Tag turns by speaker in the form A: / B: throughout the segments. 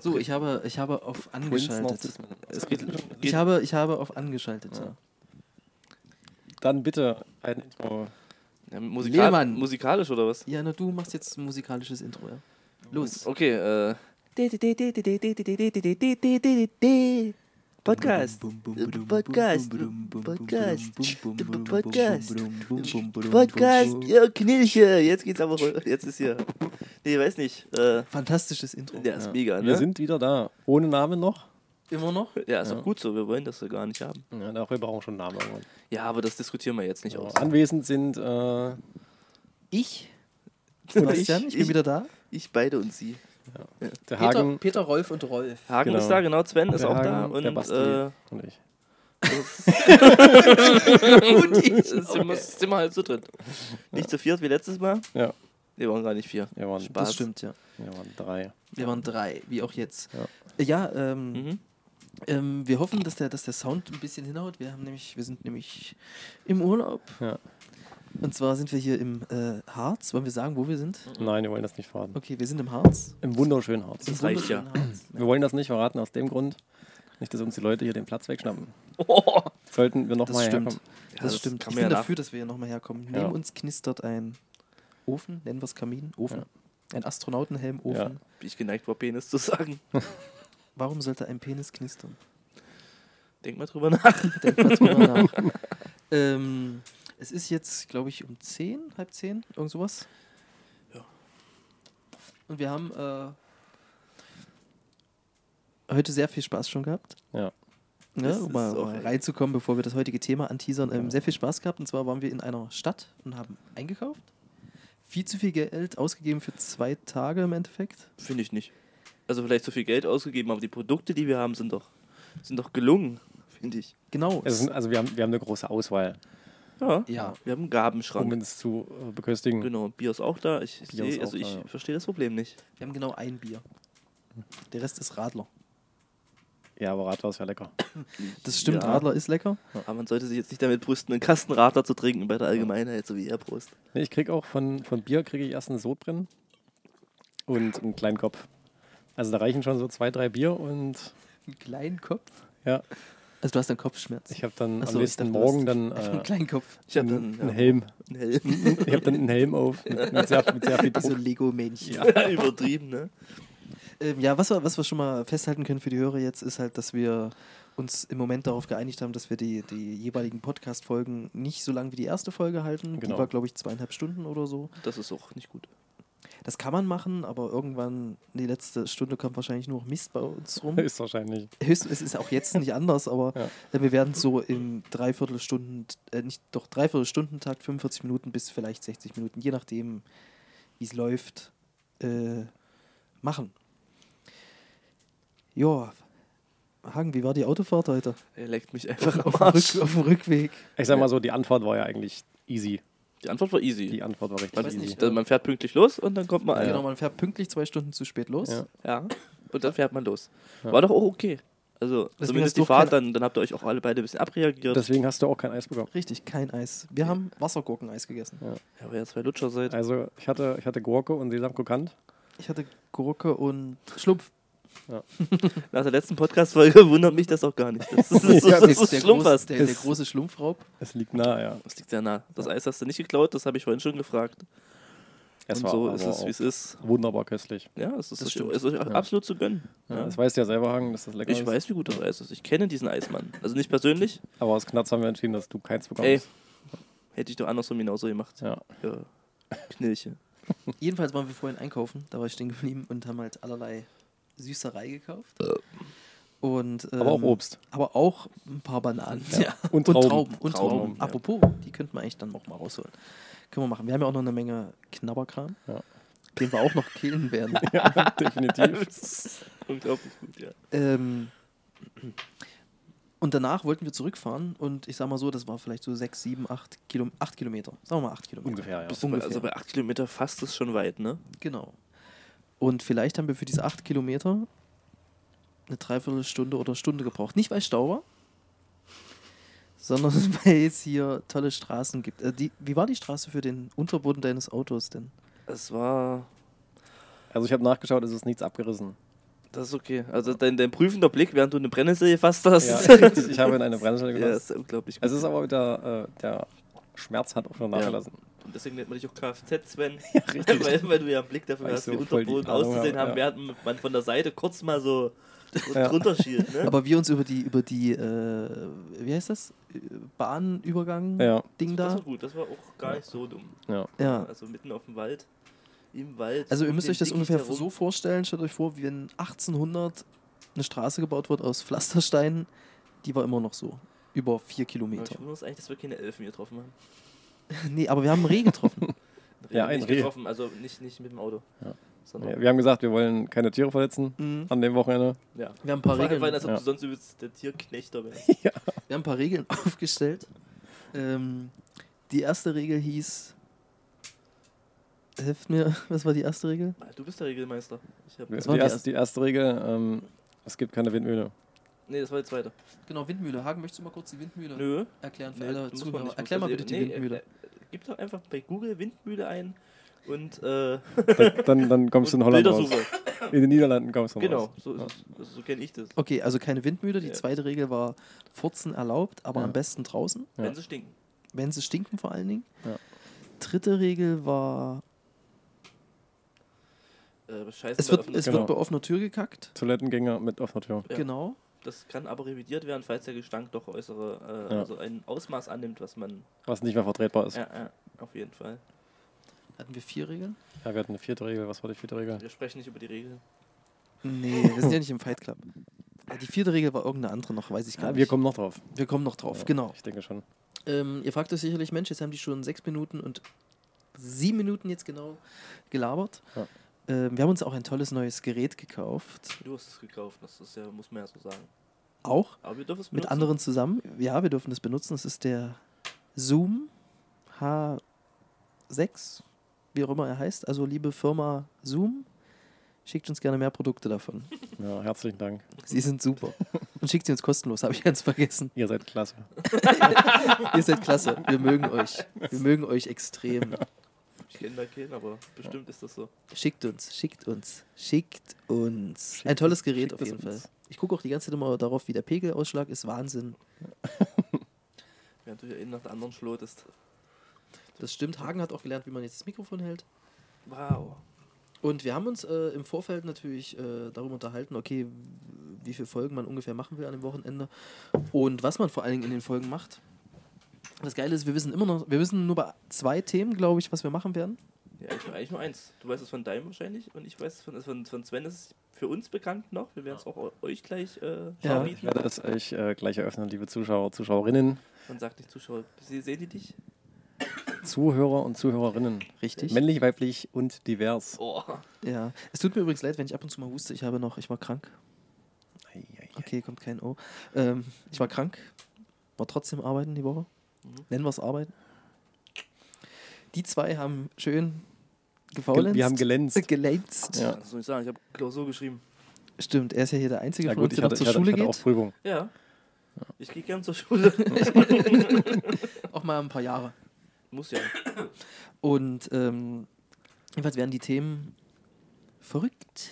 A: So, ich habe, ich habe auf angeschaltet.
B: Winston aus
A: Es geht, ich, habe, ich habe auf angeschaltet. Ja.
B: Dann bitte ein Intro.
C: Ja, musikal
A: Lehmann.
C: Musikalisch oder was?
A: ja, na du machst jetzt ein musikalisches Intro, ja. Los.
C: Okay, äh,
D: Podcast. Podcast. Podcast. Podcast. Podcast. Ja, Knilche. Jetzt geht's aber. rü- Jetzt ist hier. Nee, weiß nicht. Äh,
A: Fantastisches Intro.
C: der ist mega, ne?
B: Wir sind wieder da. Ohne Namen noch.
A: Immer noch?
C: ja, ist doch gut so, wir wollen das ja gar nicht haben.
B: Ja, darüber auch schon Namen. irgendwann.
C: Ja, aber das diskutieren wir jetzt nicht
B: Ja.
C: aus.
B: Anwesend sind äh,
A: Ich?
B: Und
A: Sebastian, ich, bin
D: ich-
A: wieder da.
D: ich beide und sie.
B: der
A: Peter,
B: Hagen,
A: Peter Rolf und Rolf.
C: Hagen
B: Genau.
C: ist da, genau, Sven ist
B: der,
C: auch da
B: Hagen, der
C: und
B: Basti
C: äh,
B: und ich.
A: Und ich.
C: sind, wir, sind wir halb zu dritt.
D: Nicht zu viert wie letztes Mal.
B: Ja,
C: Wir waren gar nicht vier.
B: wir waren,
C: Spaß.
A: Das stimmt, ja.
B: wir waren drei.
A: Wir waren drei, wie auch jetzt. Ja, ähm,
C: Mhm.
A: ähm, wir hoffen, dass der, dass der Sound ein bisschen hinhaut. Wir, haben nämlich, wir sind nämlich im Urlaub.
B: Ja.
A: Und zwar sind wir hier im äh, Harz. Wollen wir sagen, wo wir sind?
B: Nein, wir wollen das nicht verraten.
A: Okay, wir sind im Harz.
B: Im wunderschönen Harz.
A: Im
C: reicht ja.
A: wunderschönen Harz.
B: Wir wollen das nicht verraten aus dem Grund, nicht, dass uns die Leute hier den Platz wegschnappen.
C: Oh,
B: Sollten wir
A: Das
B: nochmal
A: stimmt.
B: herkommen.
C: Ja,
A: das,
C: das
A: stimmt.
C: kann
A: Ich
C: man
A: bin
C: ja nach-
A: dafür, dass wir hier nochmal herkommen.
B: Ja.
A: Neben uns knistert ein Ofen, nennen wir es Kamin, Ofen. Ein Astronautenhelm-Ofen.
B: Ja.
C: bin ich geneigt, war Penis zu sagen.
A: Warum sollte ein Penis knistern?
C: Denk mal drüber nach.
A: Denkt mal drüber nach. ähm, es ist jetzt, glaube ich, um 10, halb 10, irgend sowas.
C: Ja.
A: Und wir haben äh, heute sehr viel Spaß schon gehabt.
B: Ja.
A: Ne,
C: Das
A: um
C: ist
A: mal,
C: auch
A: mal
C: echt.
A: reinzukommen, bevor wir das heutige Thema anteasern, ähm,
B: Ja.
A: sehr viel Spaß gehabt. Und zwar waren wir in einer Stadt und haben eingekauft. Viel zu viel Geld ausgegeben für zwei Tage im Endeffekt.
C: Finde ich nicht. Also vielleicht so viel Geld ausgegeben, aber die Produkte, die wir haben, sind doch, sind doch gelungen, finde ich.
A: Genau.
B: Es sind, also wir haben, wir haben eine große Auswahl,
C: Ja.
A: Ja.
C: Wir haben einen
B: um
C: Gabenschrank.
B: uns zu äh, beköstigen.
C: Genau, Bier ist auch da. Ich,
B: Bier ist
C: sehe, also
B: auch
C: ich
B: da, ja.
C: verstehe das Problem nicht.
A: wir haben genau ein Bier. Der Rest ist Radler.
B: Ja, aber Radler ist ja lecker.
A: Das stimmt,
C: Ja.
A: Radler ist lecker.
C: Aber man sollte sich jetzt nicht damit brüsten, einen Kasten Radler zu trinken bei der Allgemeinheit, so wie er Brust.
B: Nee, ich krieg auch von, von Bier kriege ich erst eine Sodbrennen und einen kleinen Kopf. Also da reichen schon so zwei, drei Bier und
A: Einen kleinen Kopf.
B: ja,
A: Also du hast einen Kopfschmerz.
B: ich habe dann
A: Ach so,
B: am
A: ich dachte,
B: nächsten
A: du
B: Morgen dann
A: hast einen
B: äh,
A: kleinen Kopf.
C: Ich habe
B: einen,
C: dann
B: einen
C: ja,
B: Helm.
C: einen Helm.
B: Ich habe dann einen Helm auf mit, mit, sehr, mit sehr
A: Wie so
B: viel
C: Also
A: ein
B: Druck.
A: Also, Lego-Männchen. Ja,
C: Ja, übertrieben, ne?
A: ähm, ja was, wir, was wir schon mal festhalten können für die Hörer jetzt, ist halt, dass wir uns im Moment darauf geeinigt haben, dass wir die, die jeweiligen Podcast-Folgen nicht so lang wie die erste Folge halten. Die
B: Genau.
A: war, glaube ich, zweieinhalb Stunden oder so.
C: Das ist auch nicht gut.
A: Das kann man machen, aber irgendwann, die letzte Stunde kommt wahrscheinlich nur noch Mist bei uns rum.
B: Ist wahrscheinlich.
A: Höchst, es ist auch jetzt nicht anders, aber
B: Ja.
A: äh, wir werden so im Dreiviertelstunden, äh, nicht doch Dreiviertelstundentakt, 45 Minuten bis vielleicht 60 Minuten, je nachdem, wie es läuft, äh, machen. Ja, Hagen, wie war die Autofahrt heute?
C: Er leckt mich einfach
A: Auf
C: am
A: dem,
C: Arsch.
A: Rück, auf dem Rückweg.
B: Ich sag mal so, die Antwort war ja eigentlich easy.
C: Die Antwort war easy.
B: Die Antwort war richtig
C: Man,
A: weiß
B: easy.
A: nicht.
C: also man fährt pünktlich los und dann kommt man
A: Genau,
C: ein.
A: man fährt pünktlich zwei Stunden zu spät los.
B: Ja.
C: Ja. Und dann fährt man los.
B: Ja.
C: War doch auch okay. Also
A: das
C: zumindest die
A: durfte
C: Fahrt,
A: keiner-
C: dann, dann habt ihr euch auch alle beide ein bisschen abreagiert.
B: Deswegen hast du auch kein Eis bekommen.
A: Richtig, kein Eis. Wir haben Wassergurkeneis gegessen.
C: ja, weil ihr zwei Lutscher seid.
B: Also ich hatte, ich hatte Gurke und Sesamkrokant.
A: Ich hatte Gurke und Schlumpf.
C: Nach der letzten Podcast-Folge wundert mich das auch gar nicht. Das ist so,
B: Ja,
C: so, so schlimm
A: große,
C: was.
A: der, der große Schlumpfraub.
B: Es liegt nah, ja.
C: Das liegt sehr nah. Das Eis hast du nicht geklaut, das habe ich vorhin schon gefragt.
B: Es
C: und
B: war
C: so
B: aber
C: ist es,
B: auch
C: wie es ist.
B: wunderbar köstlich.
C: Ja, es ist,
A: Das
C: euch-
A: stimmt.
C: ist euch absolut zu gönnen.
B: Ja,
C: Ja.
B: Das weißt du ja selber, Hagen, dass das lecker
C: Ich
B: ist.
C: weiß, wie gut das Eis ist. Ich kenne diesen Eismann. Also nicht persönlich.
B: Aber aus Knatz haben wir entschieden, dass du keins
C: Ey,
B: bekommst.
C: hätte ich doch andersrum genauso gemacht.
B: Ja.
C: Ja. Knilche.
A: Jedenfalls waren wir vorhin einkaufen, da war ich stehen geblieben und haben halt allerlei Süßerei gekauft. Und, ähm,
B: Äh. Aber auch Obst.
A: Aber auch ein paar Bananen. Ja.
B: Ja. Und Trauben.
A: Und Trauben.
C: Trauben,
B: ja.
A: Apropos, die könnten wir eigentlich dann auch mal rausholen. Können wir machen. Wir haben ja auch noch eine Menge Knabberkram,
B: Ja.
A: den wir auch noch killen werden.
B: Ja, definitiv.
C: Unglaublich gut, ja.
A: ähm, und danach wollten wir zurückfahren und ich sag mal so, das war vielleicht so sechs, sieben, acht Kilo, acht Kilometer. Sagen wir mal acht Kilometer.
B: Ungefähr, ja.
A: Bis ungefähr.
C: Also bei 8 Kilometer fast ist schon weit, ne?
A: Genau. Und vielleicht haben wir für diese acht Kilometer eine Dreiviertelstunde oder Stunde gebraucht. Nicht, weil Stau war, sondern weil es hier tolle Straßen gibt. Äh, die, wie war die Straße für den Unterboden deines Autos denn?
C: Es war.
B: Also ich habe nachgeschaut, es ist nichts abgerissen.
C: Das ist okay. Also dein, dein prüfender Blick, während du eine Brennnessel gefasst hast.
B: Ja, richtig, ich habe in eine Bremse
C: Ja,
B: gefasst.
C: ist unglaublich gut.
B: Es ist aber der, äh, der Schmerz hat auch schon nachgelassen.
C: Und deswegen nennt man dich auch Kfz-Sven.
B: Ja, richtig.
C: weil, weil du ja einen Blick dafür
B: Weil ich
C: hast,
B: so
C: wie
B: voll die
C: Unterboden
B: Ahnung
C: auszusehen
B: habe,
C: haben, während man von der Seite kurz mal so
B: Ja.
C: drunter schielt. Ne?
A: Aber wir uns über die, über die, äh, wie heißt das? Äh, Bahnübergang
B: Ja,
A: Ding
C: das
A: da.
C: war gut, das war auch gar nicht Also, so dumm.
B: ja.
A: Ja.
C: Also mitten auf dem Wald. Im Wald.
A: Also ihr
C: um
A: müsst
C: den
A: euch das
C: Dickicht
A: ungefähr
C: herum.
A: so vorstellen, stellt euch vor, wie wenn 1800 eine Straße gebaut wird aus Pflastersteinen, die war immer noch so. Über vier
C: Aber
A: Kilometer.
C: Ich wundere uns eigentlich, dass wir keine Elfen hier getroffen haben.
A: nee, aber wir haben einen Reh getroffen.
C: Reh
B: Ja, ein
C: nicht
B: Reh.
C: getroffen, also nicht, nicht mit dem Auto.
B: Ja.
C: Sondern,
B: Wir haben gesagt, wir wollen keine Tiere verletzen
A: Mhm.
B: an dem Wochenende.
C: ja.
A: Wir haben ein paar
C: Vor allem,
A: Regeln.
C: weil, als ob
B: Ja.
C: du sonst übelst der Tierknechter wärst.
A: Wir haben ein paar Regeln aufgestellt. Ähm, die erste Regel hieß. Helft mir, was war die erste Regel?
C: Ah, Du bist der Regelmeister. Ich hab,
B: Die,
A: war die
B: erste,
A: erste.
B: die erste Regel, ähm, es gibt keine Windmühle.
C: nee, das war die zweite.
A: Genau, Windmühle. Hagen, möchtest du mal kurz die Windmühle
C: Nö. Äh,
A: erklären
C: Nee, muss man nicht.
A: Erklär mal
C: Muss-
A: bitte die
C: nee, äh,
A: Windmühle.
C: äh, Gib doch einfach bei Google Windmühle ein und, äh,
B: Dann, dann, dann kommst du in
C: und
B: Holland raus.
C: Bildersuche.
B: In den Niederlanden kommst du raus.
C: Genau, so, ist es. Also so kenne ich das.
A: Okay, also keine Windmühle. Die
C: Ja.
A: zweite Regel war Furzen erlaubt, aber
B: Ja.
A: am besten draußen,
B: Ja.
C: Wenn sie stinken.
A: wenn sie stinken vor allen Dingen.
B: Ja.
A: Dritte Regel war,
C: Äh, scheiße,
A: es,
C: bei
A: wird,
C: offener-
A: es
B: Genau.
A: wird bei offener Tür gekackt.
B: Toilettengänger mit offener Tür.
C: Ja.
A: Genau.
C: das kann aber revidiert werden, falls der Gestank doch äußere, äh,
B: Ja.
C: also ein Ausmaß annimmt, was man.
B: Was nicht mehr vertretbar ist. Ja,
C: Ja, ja, auf jeden Fall.
A: Hatten wir vier Regeln?
B: wir hatten eine vierte Regel. Was war die vierte Regel?
C: Wir sprechen nicht über die Regeln.
A: Nee, wir sind ja nicht im Fight Club. Ja, Die vierte Regel war irgendeine andere noch, weiß ich gar
B: Ja,
A: nicht.
B: wir kommen noch drauf.
A: wir kommen noch drauf,
B: Ja,
A: genau.
B: Ich denke schon.
A: Ähm, ihr fragt euch sicherlich, Mensch, jetzt haben die schon sechs Minuten und sieben Minuten jetzt genau gelabert.
B: Ja.
A: Ähm, wir haben uns auch ein tolles neues Gerät gekauft.
C: Du hast es gekauft, das ist ja, muss man ja so sagen.
A: Auch
C: Aber wir dürfen es
A: mit
C: benutzen.
A: anderen zusammen. Ja, wir dürfen das benutzen. Es ist der Zoom H6, wie auch immer er heißt. Also liebe Firma Zoom, schickt uns gerne mehr Produkte davon.
B: Ja, herzlichen Dank.
A: Sie sind super. Und schickt sie uns kostenlos, habe ich ganz vergessen.
B: Ihr seid klasse.
A: Ihr seid klasse. Wir mögen euch. Wir mögen euch extrem.
C: Ich kenne da keinen, aber bestimmt ist das so.
A: Schickt uns, schickt uns, schickt uns. Ein tolles Gerät
B: schickt
A: auf
B: es
A: jeden
B: uns.
A: Fall. Ich gucke auch die ganze Zeit immer darauf, wie der Pegelausschlag ist. Wahnsinn.
C: Während du hier einen nach der anderen schlotest.
A: Das stimmt. Hagen hat auch gelernt, wie man jetzt das Mikrofon hält.
C: Wow.
A: Und wir haben uns äh, im Vorfeld natürlich äh, darüber unterhalten, okay, wie viele Folgen man ungefähr machen will an dem Wochenende und was man vor allen Dingen in den Folgen macht. Das Geile ist, wir wissen immer noch, wir wissen nur bei zwei Themen, glaube ich, was wir machen werden.
C: Ja, ich eigentlich nur eins. Du weißt es von deinem wahrscheinlich und ich weiß es von, also von, von Sven ist es für uns bekannt noch. Wir werden es auch eu- euch gleich äh,
A: Ja.
B: Ich werde es euch äh, gleich eröffnen, liebe Zuschauer, Zuschauerinnen,
C: Man sagt nicht Zuschauer. Sie, sehen die dich?
B: Zuhörer und Zuhörerinnen.
A: Richtig.
B: Männlich, weiblich und divers.
C: Oh.
A: Ja. Es tut mir übrigens leid, wenn ich ab und zu mal huste. Ich habe noch, ich war krank.
B: Ei, ei, ei.
A: Okay, kommt kein O. Ähm, ich war krank, war trotzdem arbeiten die Woche.
C: Mhm.
A: Nennen wir es arbeiten. Die zwei haben schön
B: Ge-
A: gefaulenzt.
B: Wir haben gelänzt.
A: gelänzt.
B: Ja.
C: Das soll ich sagen. Ich habe Klausur geschrieben.
A: Stimmt, er ist ja hier der Einzige
B: Ja,
A: von
B: gut,
A: uns,
B: ich
A: der noch
B: hatte,
A: zur
B: ich hatte,
A: Schule
B: ich hatte auch
A: geht.
B: Prüfung.
C: Ja. Ich gehe gern zur Schule.
A: Auch, mal ein paar Jahre.
C: Muss ja.
A: Und ähm, jedenfalls werden die Themen verrückt.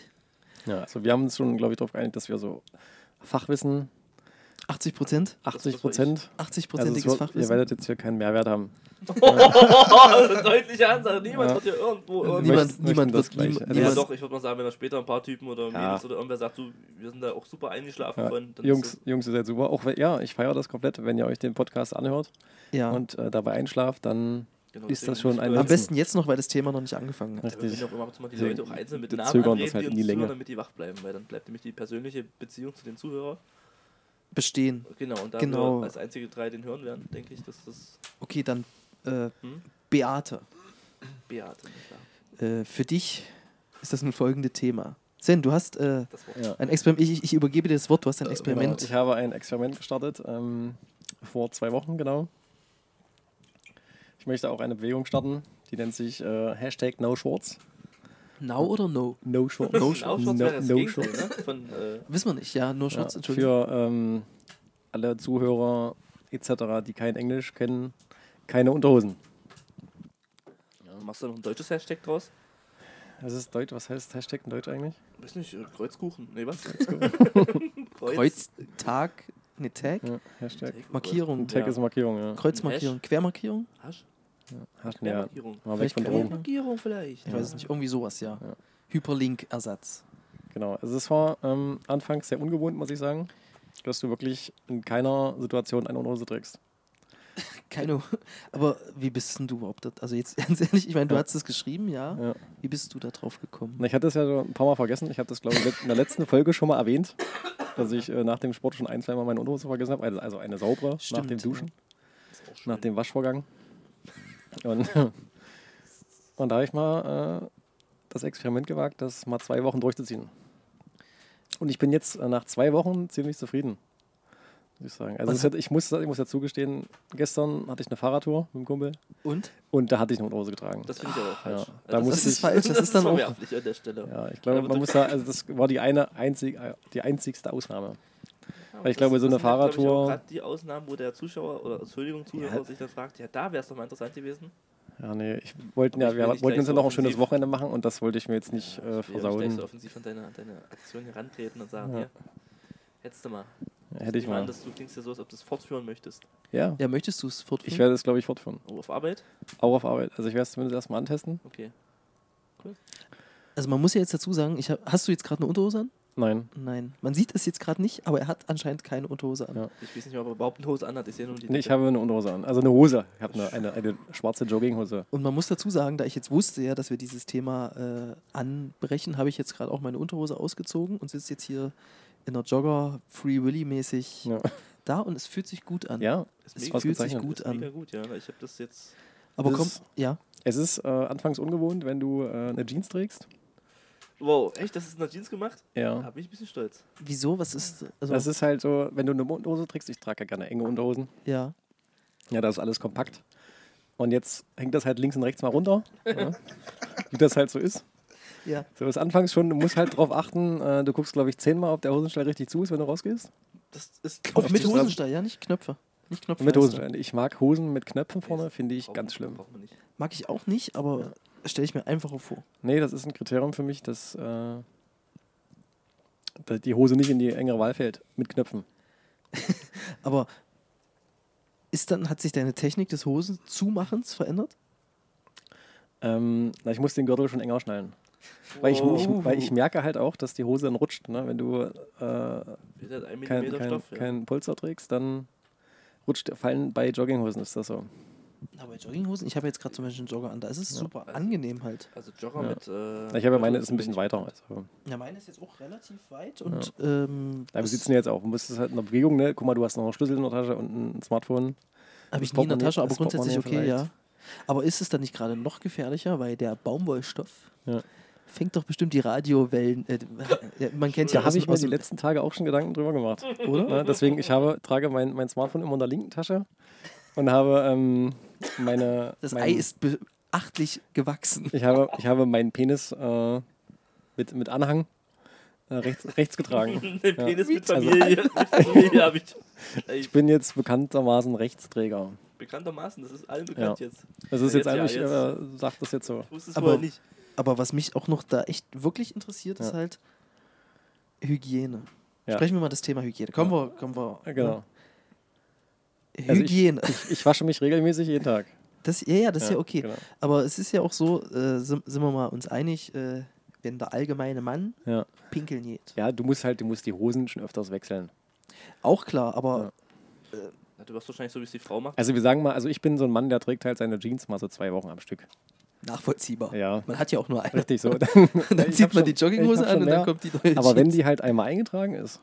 B: Ja, also wir haben uns schon, glaube ich, darauf geeinigt, dass wir so Fachwissen,
A: 80 Prozent?
B: 80
C: Das muss man
B: Prozent.
A: 80
B: Also es
A: Prozentiges
B: wird, ihr
A: Fachwissen.
B: werdet jetzt hier keinen Mehrwert haben.
C: eine deutliche Ansage. Niemand
B: Ja.
C: wird hier irgendwo.
A: Niemand-
C: irgendwas-
B: Möchten-
A: niemand
B: möchten das
A: wird- niemand-
B: Also
C: Ja,
A: niemand-
B: das-
C: doch, ich würde mal sagen, wenn da später ein paar Typen oder
B: Ja.
C: Mädels oder irgendwer sagt, du, wir sind da auch super eingeschlafen
B: Ja,
C: von. dann
B: Jungs,
C: ist
B: Jungs, ihr seid super. Auch wenn, ja, ich feiere das komplett, wenn ihr euch den Podcast anhört
A: Ja.
B: und äh, dabei einschlaft, dann
C: das- genau,
B: ist das
C: deswegen
B: schon
C: muss
B: ein
C: man-
A: Am besten jetzt noch, weil das Thema noch nicht angefangen hat.
C: Ja, Wir
B: richtig.
C: können auch immer mal die
B: Deswegen
C: Leute auch einzeln mit
B: wir
C: Namen
B: zögern
C: anreden,
B: das halt
C: die
B: in
C: uns
B: die
C: zuhören,
B: Länge.
C: damit die wach bleiben, weil dann bleibt nämlich die persönliche Beziehung zu den Zuhörern.
A: Bestehen.
C: Genau, und da
A: Genau.
C: wir als einzige drei den hören werden, denke ich, dass das
A: Okay, dann äh,
C: Hm?
A: Beate.
C: Beate nicht war.
A: Äh, für dich ist das nun folgende Thema. Sven, du hast äh,
C: Das Wort.
B: Ja.
A: ein Experiment. Ich, ich- ich übergebe dir das Wort. Du hast ein
B: Genau.
A: Experiment.
B: Ich habe ein Experiment gestartet, ähm, vor zwei Wochen genau. Ich möchte auch eine Bewegung starten, die nennt sich äh, Hashtag No Shorts.
A: Now oder no?
B: No Shorts.
C: No Shorts
B: No,
C: wäre das
B: no
C: Gegenteil,
B: Shorts.
C: ne? Von, äh,
A: Wissen wir nicht. Ja, nur
B: Ja,
A: Shorts. Entschuldigung.
B: für ähm, alle Zuhörer etc., die kein Englisch kennen, keine Unterhosen.
C: Machst du noch ein deutsches Hashtag draus?
B: Das ist Deutsch, was heißt Hashtag in Deutsch eigentlich?
C: Weiß nicht, äh, Kreuzkuchen. Nee, was? Kreuz.
A: Kreuztag, ne Tag?
B: Ja, Hashtag.
A: Markierung.
B: Tag
C: Ja.
B: ist Markierung, ja.
A: Kreuzmarkierung, Quermarkierung?
C: Hasch?
B: ja. Ach,
C: Ja,
B: ja.
C: Markierung.
B: Mal weg von
A: Vielleicht
B: Drogen.
C: Markierung vielleicht.
A: Ich weiß es nicht, irgendwie sowas, ja.
B: Ja.
A: Hyperlink-Ersatz.
B: Genau. Also es war ähm, anfangs sehr ungewohnt, muss ich sagen, dass du wirklich in keiner Situation eine Unterhose trägst.
A: Keine Ahnung. Aber wie bist denn du überhaupt da? Also jetzt ganz ehrlich, ich meine, du
B: Ja.
A: hast es geschrieben, ja.
B: Ja.
A: Wie bist du da drauf gekommen?
B: Na, Ich hatte es ja so ein paar Mal vergessen. Ich habe das, glaube ich, let- in der letzten Folge schon mal erwähnt, dass ich äh, nach dem Sport schon ein, zwei Mal meine Unterhose vergessen habe. Also- Also eine saubere nach
A: Stimmt,
B: dem Duschen.
C: Ist auch schön.
B: nach dem Waschvorgang. Und, und da habe ich mal äh, das Experiment gewagt, das mal zwei Wochen durchzuziehen. Und ich bin jetzt äh, nach zwei Wochen ziemlich zufrieden, muss ich sagen. Also
A: Was-
B: es hat, ich, muss, ich muss ja zugestehen, gestern hatte ich eine Fahrradtour mit dem Kumpel
A: Und?
B: und da hatte ich eine Hose getragen.
C: Das finde ich aber auch falsch.
B: Ja,
C: Also
B: da muss
A: Das ist
B: ich-
A: falsch, das ist dann auch.
C: verwerflich an der Stelle.
B: ja, ich
C: Da
B: glaube,
C: wird
B: man
C: doch-
B: muss ja, also das war die eine einzig, äh, die einzigste Ausnahme.
C: Ja,
B: Weil ich
C: das-
B: glaube, so
C: das
B: eine
C: sind ja, glaube ich, auch
B: Fahrradtour-
C: grad die Ausnahmen, wo der Zuschauer oder Entschuldigung, Zuhörer
B: Ja.
C: sich das fragt, ja, da wäre es doch mal interessant gewesen.
B: Ja, nee, ich wollten
C: Aber
B: ja,
C: ich
B: wir
C: will
B: wollten
C: nicht
B: uns
C: gleich
B: ja
C: so
B: noch ein schönes
C: offensiv-
B: Wochenende machen und das wollte ich mir jetzt nicht äh,
C: ich will ja nicht gleich
B: versauen.
C: so offensiv an deine, an deine Aktion herantreten und sagen,
B: Ja.
C: ja. hier, hättest du mal.
B: Hätte ich
C: Nehmen wir an,
B: mal.
C: dass du klingst ja so, als ob du es fortführen möchtest.
B: Ja,
A: Ja, möchtest du es fortführen?
B: ich werde es, glaube ich, fortführen.
C: Oh, auf Arbeit?
B: Auch auf Arbeit. Also ich werde es zumindest erstmal antesten.
C: Okay.
A: also man muss ja jetzt dazu sagen, ich hab, hast du jetzt gerade eine Unterhose an?
B: Nein.
A: Nein. Man sieht es jetzt gerade nicht, aber er hat anscheinend keine Unterhose an.
B: Ja.
C: Ich weiß nicht, ob er überhaupt eine Hose anhat. Ich sehe nur die.
B: Nee, ich habe eine Unterhose an. Also eine Hose. Ich habe eine, eine, eine schwarze Jogginghose.
A: Und man muss dazu sagen, da ich jetzt wusste ja, dass wir dieses Thema äh, anbrechen, habe ich jetzt gerade auch meine Unterhose ausgezogen und sitze jetzt hier in der Jogger Free Willy mäßig
B: Ja.
A: da und es fühlt sich gut an.
B: ja.
C: Ist
A: es
C: mega
A: fühlt sich
B: ausgezeichnet.
A: gut
C: Ist mega
A: an.
C: gut, ja. Ich habe das jetzt.
A: Aber
B: Das
A: komm,
B: ist-
A: ja,
B: Es ist äh, anfangs ungewohnt, wenn du äh, eine Jeans trägst.
C: Wow, echt? Das ist in der Jeans gemacht? Da
B: Ja.
C: bin ich ein bisschen stolz.
A: wieso? Was ist also
B: Das ist halt so, wenn du eine Unterhose trägst, ich trage ja gerne enge Unterhosen.
A: ja.
B: Ja, da ist alles kompakt. Und jetzt hängt das halt links und rechts mal runter. Ja. Wie das halt so ist.
A: Ja,
B: So ist anfangs schon, du musst halt drauf achten, äh, du guckst, glaube ich, zehnmal, ob der Hosenstall richtig zu ist, wenn du rausgehst.
C: Das ist
A: auch mit
B: ich glaub-
A: Hosenstall, ja, nicht Knöpfe. Nicht Knöpfe.
B: Mit Hosenstall. Ich mag Hosen mit Knöpfen vorne, finde ich
C: Brauchen-
B: ganz schlimm.
C: brauchen wir nicht.
A: Mag ich auch nicht, aber stelle ich mir einfacher vor.
B: Nee, das ist ein Kriterium für mich, dass, äh, dass die Hose nicht in die engere Wahl fällt mit Knöpfen.
A: Aber ist dann hat sich deine Technik des Hosenzumachens verändert?
B: Ähm, na, ich muss den Gürtel schon enger schnallen. Weil, ich, ich, weil ich merke halt auch, dass die Hose dann rutscht. Ne? Wenn du äh,
C: Ist halt ein
B: kein,
C: Millimeter
B: kein,
C: Stoff. ja.
B: kein Polster trägst, dann rutscht, fallen bei Jogginghosen ist das so.
A: Na, bei Jogginghosen, ich habe jetzt gerade zum Beispiel einen Jogger an, da ist es super angenehm halt.
C: Also Jogger
B: Ja.
C: mit. Äh,
B: Ich habe ja meine ist ein bisschen weiter. Also.
A: Ja, meine ist jetzt auch relativ weit und ja. ähm,
B: Da wir sitzen ja jetzt auch. Du musst es halt in der Bewegung, ne? Guck mal, du hast noch einen Schlüssel in der Tasche und ein Smartphone.
A: habe
B: das
A: ich nie in der
B: Portemonnaie-
A: Tasche, aber
B: das Portemonnaie
A: grundsätzlich okay, ja.
B: vielleicht.
A: Aber ist es dann nicht gerade noch gefährlicher, weil der Baumwollstoff
B: Ja.
A: fängt doch bestimmt die Radiowellen. Äh, ja, man kennt ja
B: Da habe ich mir die
A: dem-
B: letzten Tage auch schon Gedanken drüber gemacht.
A: oder?
B: Ne? Deswegen, ich habe, trage mein, mein Smartphone immer in der linken Tasche und habe ähm, meine.
A: Das
B: mein,
A: Ei ist beachtlich gewachsen.
B: Ich habe, ich habe meinen Penis äh, mit, mit Anhang äh, rechts, rechts getragen.
C: Den Penis mit
B: Also-
C: Familie. mit Familie habe ich. Ey,
B: Ich bin jetzt bekanntermaßen Rechtsträger.
C: bekanntermaßen, das ist allen bekannt jetzt.
B: Das ist
C: Ja,
B: jetzt
C: jetzt ja,
B: eigentlich,
C: jetzt.
B: äh, sagt das jetzt so.
C: Ich wusste es
A: Aber-
C: vorher nicht.
A: Aber was mich auch noch da echt wirklich interessiert, ist
B: Ja.
A: halt Hygiene.
B: Ja.
A: Sprechen wir mal das Thema Hygiene. Kommen wir, kommen wir.
B: Ja, Genau. Also ich-
A: Hygiene.
B: Ich, ich wasche mich regelmäßig jeden Tag.
A: das, ja, ja, das ist ja okay.
B: Genau.
A: Aber es ist ja auch so, äh, sind, sind wir mal uns einig, äh, wenn der allgemeine Mann
B: Ja.
A: pinkeln geht.
B: ja, du musst halt, du musst die Hosen schon öfters wechseln.
A: Auch klar, aber
C: Na, du warst wahrscheinlich so, wie es die Frau macht.
B: Also wir sagen mal, also ich bin so ein Mann, der trägt halt seine Jeans mal so zwei Wochen am Stück.
A: nachvollziehbar.
B: Ja. Also,
A: Man hat ja auch nur eine.
B: Richtig so. dann
A: Dann zieht man die Jogginghose an und dann kommt die neue
B: Aber wenn
A: Jeans.
B: die halt einmal eingetragen ist,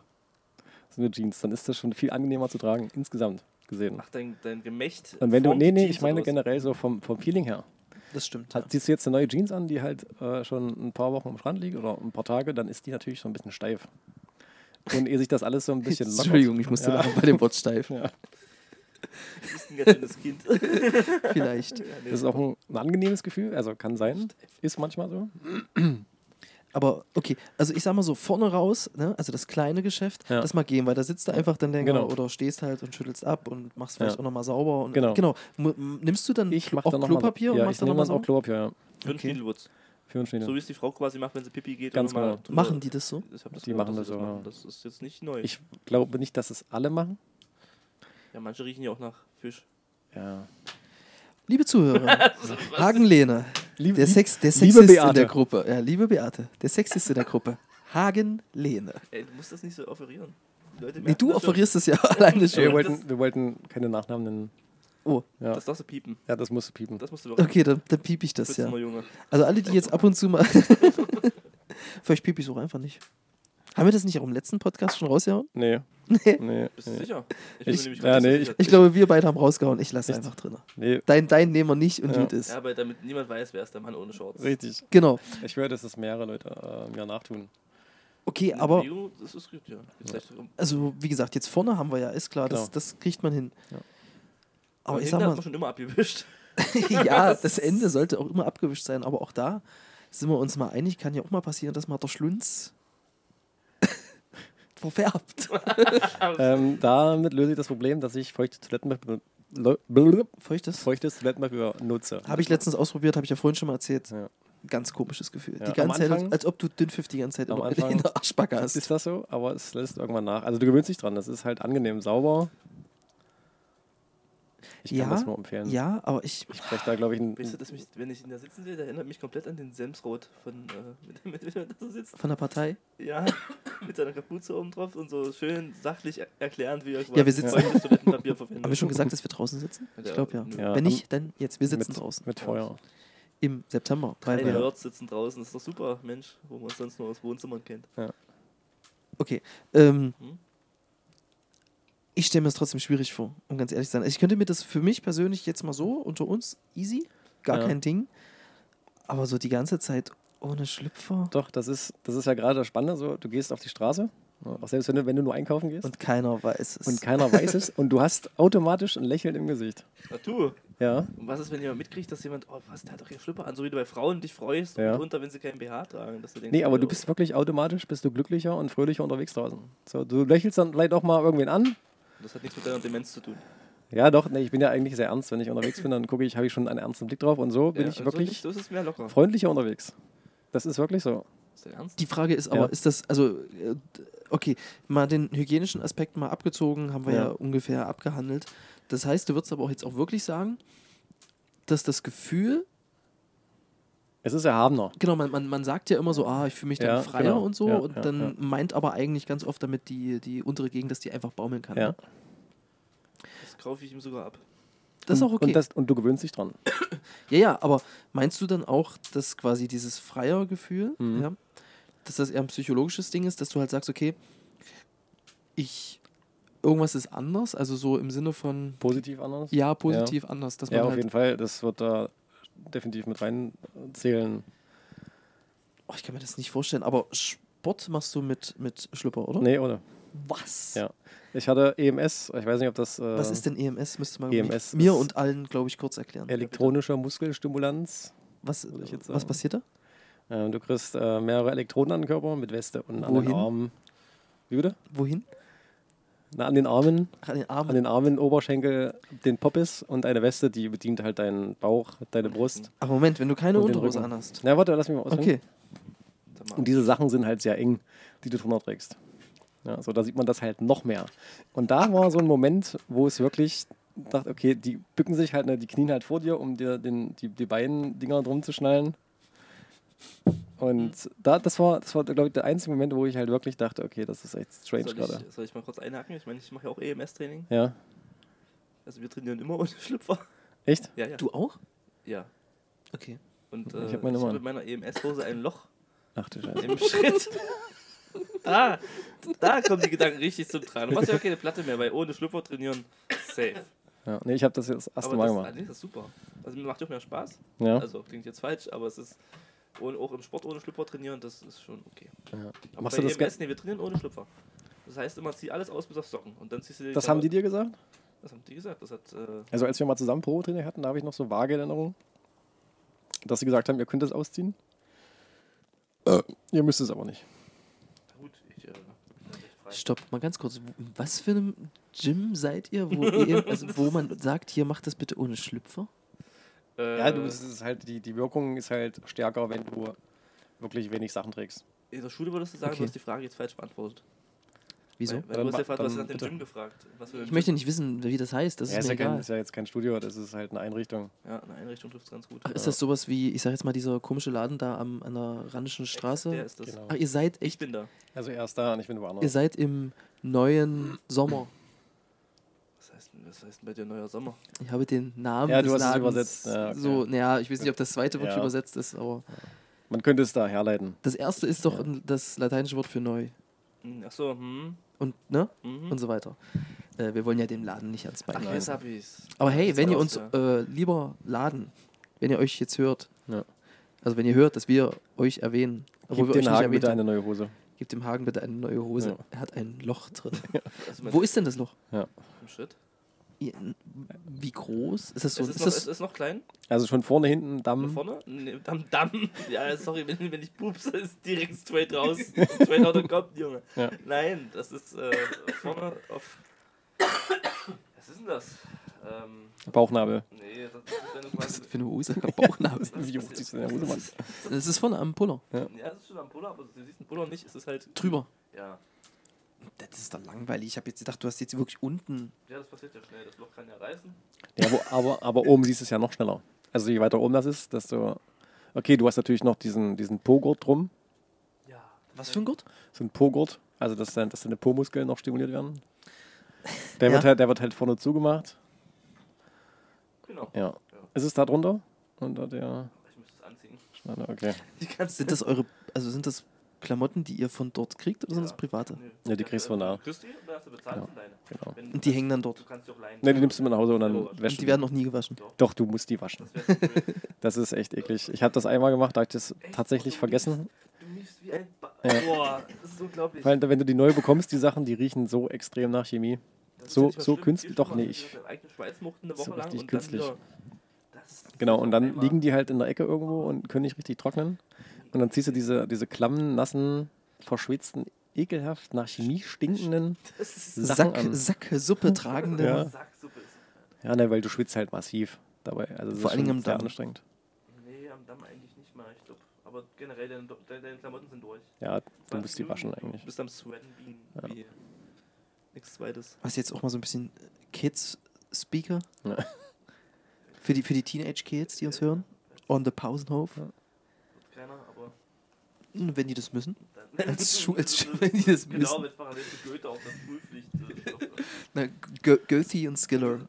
B: so eine Jeans, dann ist das schon viel angenehmer zu tragen, insgesamt gesehen.
C: Ach, dein, dein Gemächt.
B: Und wenn du,
C: formt
B: nee,
C: die
B: nee,
C: Jeans
B: ich meine genau-
C: oder was?
B: generell so vom, vom Feeling her.
A: Das stimmt.
B: Hat, ziehst du jetzt eine neue Jeans an, die halt äh, schon ein paar Wochen im Schrank liegt oder ein paar Tage, dann ist die natürlich so ein bisschen steif. Und ehe sich das alles so ein bisschen lockert.
A: Entschuldigung, ich musste
B: ja.
A: lachen bei dem Wort steif.
B: Ja.
C: Du bist ein ganz schönes Kind.
A: Vielleicht.
B: Das ist auch ein, ein angenehmes Gefühl, also kann sein, ist manchmal
C: Hm.
B: so.
A: Aber okay, also ich sag mal so, vorne raus, ne, also das kleine Geschäft,
B: Ja.
A: das mag gehen, weil da sitzt du einfach dann länger
B: Genau.
A: oder stehst halt und schüttelst ab und machst vielleicht
B: Ja.
A: auch nochmal sauber. Und,
B: Genau.
A: genau. M- m- Nimmst du dann
B: Ich
A: Klo-
B: mache
A: auch
B: dann noch mal-
A: Klopapier
B: ja,
A: und
B: ich
A: machst dann
B: nehme
A: nochmal
B: dann
A: sauber?
B: auch Klopapier, ja.
C: Fünf
A: Okay.
C: Lidlwoods.
B: Führungsschnitte.
C: So wie es die Frau quasi macht, wenn sie Pipi geht.
B: Genau. Ganz
C: immer mal
B: genau.
C: drüber-
A: Machen die das so?
C: Ich hab das
B: Die
C: gehört,
B: machen
C: dass sie
B: das so, ja.
C: Das ist jetzt nicht neu.
B: ich glaube nicht, dass es alle machen.
C: ja, manche riechen ja auch nach Fisch.
B: Ja.
A: Liebe Zuhörer, Hagenlehne,
B: Lieb,
A: der,
B: lieb-
A: Sex, der
B: Also, liebe
A: Sexist in
B: Beate.
A: der Gruppe. Ja, liebe Beate, der Sexist in der Gruppe. Hagenlehne.
C: Ey, du musst das nicht so offerieren. Die Leute
A: Nee,
C: merken
A: du
C: das schon.
A: offerierst es ja alleine
B: Ey, wir,
A: schon.
B: wollten, wir wollten keine Nachnamen nennen.
A: Oh,
B: Ja,
C: Das darfst du piepen.
B: ja das musst du piepen.
C: Das musst du wirklich.
A: okay, dann, dann piep ich das ja.
C: Spitzener Junge.
A: Also alle, die jetzt ab und zu mal. Vielleicht piep ich es auch einfach nicht. Haben wir das nicht auch im letzten Podcast schon rausgehauen?
B: nee.
A: Nee.
B: Nee.
C: Bist du
B: Nee.
C: sicher?
B: Ich-
C: nämlich
B: ja,
C: ganz
B: nee,
C: sicher.
A: Ich glaube, wir beide haben rausgehauen. Ich lasse
B: Echt?
A: einfach drin.
B: nee.
A: Dein, dein nehmen wir nicht und
B: Ja.
A: gut ist.
C: Ja, aber damit niemand weiß, wer ist der Mann ohne Shorts.
B: Richtig.
A: Genau.
B: Ich höre, dass es mehrere Leute äh, mir nachtun.
A: Okay,
C: Eine
A: aber
C: Bewegung, Das ist gut, ja. Jetzt sagst du-
A: also wie gesagt, jetzt vorne haben wir ja, ist klar, das,
B: Genau.
A: das kriegt man hin.
B: Ja.
A: Aber ich
C: hinten
A: sag
C: hat
A: mal,
C: man schon immer abgewischt.
A: ja, das Ende sollte auch immer abgewischt sein, aber auch da sind wir uns mal einig, kann ja auch mal passieren, dass man der Schlunz verfärbt.
B: Ähm, damit löse ich das Problem, dass ich feuchte Toilettenpapier, Leu- blub,
A: Feuchtes.
B: feuchtes Toilettenpapier nutze.
A: Habe ich letztens ausprobiert, habe ich ja vorhin schon mal erzählt.
B: Ja.
A: Ganz komisches Gefühl.
B: Ja,
A: Die
B: am
A: ganze Zeit,
B: Anfang-
A: als ob du Dünnpfiff die ganze Zeit
B: Am
A: immer
B: Anfang
A: in der Arschbacke hast.
B: Ist das so? Aber es lässt irgendwann nach. Also du gewöhnst dich dran. Das ist halt angenehm sauber. Ich kann
A: Ja,
B: das nur empfehlen.
A: Ja, aber ich.
B: Ich spreche da, glaube ich, ein,
C: Weißt du, dass mich, wenn ich ihn da sitzen sehe, der erinnert mich komplett an den Semsrot von, äh, mit, mit, mit, mit, dass er sitzt.
A: Von der Partei?
C: Ja, mit seiner Kapuze oben drauf und so schön sachlich er erklärend, wie er
A: Ja, wir sitzen-
C: feuchtes Toilettenpapier verwendet.
A: Haben wir schon gesagt, dass wir draußen sitzen? Ich glaube ja.
B: Ja,
A: Wenn
B: am-
A: nicht, dann jetzt. Wir sitzen
B: mit,
A: draußen.
B: mit Feuer.
A: Im September. Drei
C: Drei
A: Wochen.
C: Nerds sitzen draußen, das ist doch super, Mensch, wo man uns sonst nur aus Wohnzimmern kennt.
A: Okay. Ähm,
C: Hm?
A: ich stelle mir das trotzdem schwierig vor, um ganz ehrlich zu sein. Also Ich könnte mir das für mich persönlich jetzt mal so unter uns easy, gar
B: Ja.
A: kein Ding. Aber so die ganze Zeit ohne Schlüpfer
B: Doch, das ist, das ist ja gerade das Spannende. So, du gehst auf die Straße, auch selbst wenn du, wenn du nur einkaufen gehst und,
A: und keiner weiß es.
B: keiner weiß es und du hast automatisch ein Lächeln im Gesicht.
C: Na du,
B: Ja,
C: und was ist, wenn jemand mitkriegt, dass jemand, oh, was, der hat doch hier Schlüpper an, so wie du bei Frauen dich freust
B: Ja.
C: und runter, wenn sie keinen BH tragen. Dass du denkst,
B: nee, aber du
C: oh,
B: bist wirklich automatisch, bist du glücklicher und fröhlicher unterwegs draußen. So, du lächelst dann vielleicht auch mal irgendwen an.
C: Das hat nichts mit deiner Demenz zu tun.
B: Ja, doch, nee, ich bin ja eigentlich sehr ernst, wenn ich unterwegs bin, dann gucke ich, habe ich schon einen ernsten Blick drauf und so bin
C: Ja,
B: ich
C: also
B: wirklich
C: nicht, So ist es mehr locker.
B: freundlicher unterwegs. Das ist wirklich so.
C: Ist dein Ernst?
A: Die Frage ist aber,
B: Ja.
A: ist das, also, äh, okay, mal den hygienischen Aspekt mal abgezogen, haben wir ja.
B: Ja.
A: ungefähr abgehandelt. Das heißt, du würdest aber auch jetzt auch wirklich sagen, dass das Gefühl,
B: Es ist erhabener.
A: genau, man, man, man sagt ja immer so, ah, ich fühle mich dann
B: Ja,
A: freier
B: genau.
A: und so,
B: Ja,
A: und
B: ja,
A: dann
B: ja.
A: meint aber eigentlich ganz oft damit die, die untere Gegend, dass die einfach baumeln kann.
B: Ja.
A: ne?
C: Das kaufe ich ihm sogar ab.
A: Das ist auch
B: Und-
A: okay.
B: Und, das, und du gewöhnst dich dran.
A: ja, ja, aber meinst du dann auch, dass quasi dieses freier Gefühl,
B: Mhm.
A: ja, dass das eher ein psychologisches Ding ist, dass du halt sagst, okay, ich, irgendwas ist anders, also so im Sinne von,
B: Positiv anders?
A: Ja, positiv anders. Dass man
B: Ja, auf
A: halt,
B: jeden Fall. Das wird da definitiv mit reinzählen.
A: Oh, ich kann mir das nicht vorstellen, aber Sport machst du mit, mit Schlüpper, oder?
B: Nee, oder?
A: Was?
B: Ja. Ich hatte EMS, ich weiß nicht, ob das äh,
A: Was ist denn EMS? Müsste man
B: EMS
A: mir
B: E ist-
A: und allen, glaube ich, kurz erklären.
B: elektronische Muskelstimulans.
A: Was,
B: würde ich jetzt
A: was
B: sagen.
A: passiert da?
B: Äh, du kriegst äh, mehrere Elektroden an den Körper mit Weste und an
A: Wohin?
B: den Armen. Wie bitte?
A: Wohin?
B: Na, an den Armen,
A: Ach, an den Armen.
B: an den Armen, Oberschenkel, den Poppes und eine Weste, die bedient halt deinen Bauch, deine Brust.
A: aber Moment, wenn du keine
B: und den
A: Unterhose
B: Rücken.
A: anhast.
B: Na, warte, lass mich mal ausreden.
A: Okay.
C: Sag mal,
B: Und diese Sachen sind halt sehr eng, die du drunter trägst. Ja, so, da sieht man das halt noch mehr. Und da war so ein Moment, wo es wirklich dachte, okay, die bücken sich halt, ne, die knien halt vor dir, um dir den, die, die beiden Dinger drum zu schnallen. Und da, das war, das war glaube ich, der einzige Moment, wo ich halt wirklich dachte, okay, das ist echt strange
C: soll,
B: gerade.
C: ich, soll ich mal kurz einhaken? Ich meine, ich mache ja auch EMS-Training.
B: Ja,
C: Also wir trainieren immer ohne Schlüpfer.
B: echt?
C: Ja, ja.
A: Du auch?
C: Ja.
A: Okay.
C: Und
B: Ich
C: äh, ich
B: hab meine
C: habe
B: Mann.
C: mit meiner EMS-Hose ein Loch
B: Ach du Scheiße.
C: im Schritt. ah, da kommen die Gedanken richtig zum Tragen. Du machst ja auch keine Platte mehr, weil ohne Schlüpfer trainieren, safe.
B: Ja, nee, ich habe das jetzt das erste
C: Aber
B: Mal
C: das, ah,
B: gemacht.
C: nee, das ist super. Also mir macht auch mehr Spaß.
B: Ja.
C: Also klingt jetzt falsch, aber es ist und auch im Sport ohne Schlüpfer trainieren, das ist schon okay.
B: ja.
C: Aber
B: Machst
C: bei
B: du das
C: EMS,
B: Ganze?
C: nee, wir trainieren ohne Schlüpfer. Das heißt immer, zieh alles aus bis auf Socken. Und dann ziehst du dir
B: Das haben die
C: Klamotten-
B: dir gesagt?
C: Das haben die gesagt. Das hat, äh,
B: Also als wir mal zusammen Probetraining hatten, da habe ich noch so vage Erinnerungen, dass sie gesagt haben, ihr könnt es ausziehen. Äh, ihr müsst es aber nicht.
C: gut, ich, äh,
A: Stopp, mal ganz kurz. Wo- in Was für einem Gym seid ihr, wo, ihr, also, wo man sagt, hier macht das bitte ohne Schlüpfer?
C: Äh,
B: Ja, du, es ist halt, die, die Wirkung ist halt stärker, wenn du wirklich wenig Sachen trägst.
C: in der Schule würdest du sagen,
A: Okay.
C: du hast die Frage jetzt falsch beantwortet.
A: Wieso?
C: Weil, weil
B: Dann
C: du hast ja
B: ma-
C: gefragt, du hast
B: dann
C: nach dem
B: bitte.
C: Gym gefragt. Was für ein
A: Ich möchte nicht wissen, wie das heißt. Das
B: ja,
A: ist
B: ist,
A: mir
B: ja kein,
A: egal.
B: ist ja jetzt kein Studio, das ist halt eine Einrichtung.
C: Gym. Ja, eine Einrichtung trifft es ganz gut.
A: Ach, ist das sowas wie, ich sag jetzt mal, dieser komische Laden da am, an der Randischen
C: Der
A: Straße?
C: ist das.
B: Genau.
A: Ach, ihr seid
C: Ich
A: echt,
C: bin da.
B: Also erst da und ich bin
A: ihr
B: woanders.
A: seid im neuen Sommer.
C: Was heißt, denn- was heißt denn bei dir neuer Sommer?
A: Ich habe den Namen
B: Ja,
A: des
B: du hast es
A: Ladens
B: übersetzt. Ja, okay.
A: So, naja, ich weiß nicht, ob das zweite wirklich
B: Ja.
A: übersetzt ist, aber
B: Man könnte es da herleiten.
A: das erste ist doch ein- das lateinische Wort für neu
C: Hm, Ach so, hm.
A: und ne
C: Mhm.
B: Hm.
A: und so weiter. Äh, wir wollen ja dem Laden nicht ans Bein.
C: Ach,
A: gehen.
C: jetzt hab ich's.
A: aber hey, wenn ihr uns
C: Ja.
A: äh, lieber laden, wenn ihr euch jetzt hört,
B: Ja.
A: also wenn ihr hört, dass wir euch erwähnen, obwohl
B: Gib
A: wir euch
B: den
A: nicht
B: Haken
A: erwähnt
B: bitte
A: haben,
B: eine neue Hose.
A: gebt dem Hagen bitte eine neue Hose.
B: Ja.
A: Er hat ein Loch drin.
C: Also
A: äh,
C: mein
A: Wo ist denn das Loch?
C: Schritt.
A: Ihr- Wie groß? Ist das so?
C: es ist,
A: Ist Mhm.
C: noch, es
A: das,
C: ist noch klein.
B: Also schon vorne, hinten,
C: Hier
B: Damm.
C: vorne? Nee, Damm, Damm. Ja, sorry, wenn, wenn ich pupse, ist direkt straight raus. Straight out of Kopf, Junge.
B: Ja.
C: Nein, das ist äh, vorne auf. Was ist denn das? Ähm,
B: Bauchnabel.
C: nee, das ist, wenn du
A: was ist
C: quasi.
A: das für eine Hose? Bauchnabel.
B: Wie hoch ziehst du deine Hose, Mann?
A: Das ist vorne am Puller.
C: Ja, das ist schon am Puller, aber du siehst den Puller nicht, es ist halt.
A: Drüber.
C: Ja.
A: Das ist doch langweilig. Ich habe jetzt gedacht, du hast jetzt wirklich unten.
C: ja, das passiert ja schnell. Das Loch kann ja reißen.
B: Ja, wo, aber, aber oben siehst du es ja noch schneller. Also je weiter oben das ist, desto. Okay, du hast natürlich noch diesen, diesen Po-Gurt drum.
C: Ja.
A: Was für ein Gurt?
B: So ein Po-Gurt. Also, dass, dein, dass deine Po-Muskeln noch stimuliert werden. Der,
A: Ja.
B: wird halt, der wird halt vorne zugemacht.
C: Genau.
B: Ja. Ist es da drunter? Unter der
C: Ich müsste es anziehen.
B: Schneide, okay.
C: Ich kann es
A: Sind das eure, also sind das Klamotten, die ihr von dort kriegt oder sind das
C: Ja.
A: private?
B: Ja, die kriegst du von da.
C: Du kriegst die äh, und dann hast du bezahlt
B: Genau.
C: und deine.
B: Genau.
C: Wenn-
A: Und die hängen dann dort.
C: Du kannst die auch leihen.
B: Ne, die nimmst du mit nach Hause und dann
C: Und
B: wäschst
A: Und
B: du
A: die werden noch nie gewaschen.
B: Doch, du musst die waschen.
C: Das wär schon cool.
B: Das ist echt eklig. Ich habe das einmal gemacht, da habe ich das
C: Echt?
B: tatsächlich vergessen.
C: Du miefst wie ein ba
B: Ja.
C: Boah, das ist unglaublich.
B: Weil wenn du die neu bekommst, die Sachen, die riechen so extrem nach Chemie.
C: Das ist
B: so-
C: ja nicht mal
B: so
C: schlimm.
B: künstlich-
C: Viel
B: doch
C: schlimmer,
B: nicht.
C: als wenn du deinen eigenen Schweiß mochten eine
B: So
C: Woche lang
B: richtig
C: und
B: künstlich.
C: Dann wieder, das ist
B: Genau, und dann
C: Eimer.
B: liegen die halt in der Ecke irgendwo und können nicht richtig trocknen. Und dann ziehst du diese, diese klammen, nassen, verschwitzten, ekelhaft nach Chemie stinkenden.
C: Das ist
B: Sachen
A: Sack,
B: an.
A: Sacksuppe tragende.
B: Ja.
C: Sacksuppe. ist-
B: Ja, ne, weil du schwitzt halt massiv dabei. Also das
A: Vor allen
B: ist schon
A: Dingen am
B: sehr
A: Damm.
B: anstrengend.
C: Nee, am Damm eigentlich nicht mal, ich glaub. Aber generell, deine, deine, deine Klamotten sind durch.
B: Ja, du
C: 20
B: musst die waschen
C: Minuten,
B: eigentlich.
C: Du bist am Sweaten wie-
B: Ja.
C: wie nichts Zweites.
A: Was jetzt auch mal so ein bisschen Kids-Speaker.
B: Ja.
A: Für die, für die Teenage-Kids, die uns hören. On the Pausenhof. Hm,
C: Wird Keiner, aber
A: Wenn die das müssen.
C: dann,
A: Als Schu- als Schu- wenn die das
C: Genau,
A: müssen.
C: mit parallel zu Goethe auch das Schulpflicht. äh, doch, äh,
A: Na, Go Goethe und Skiller.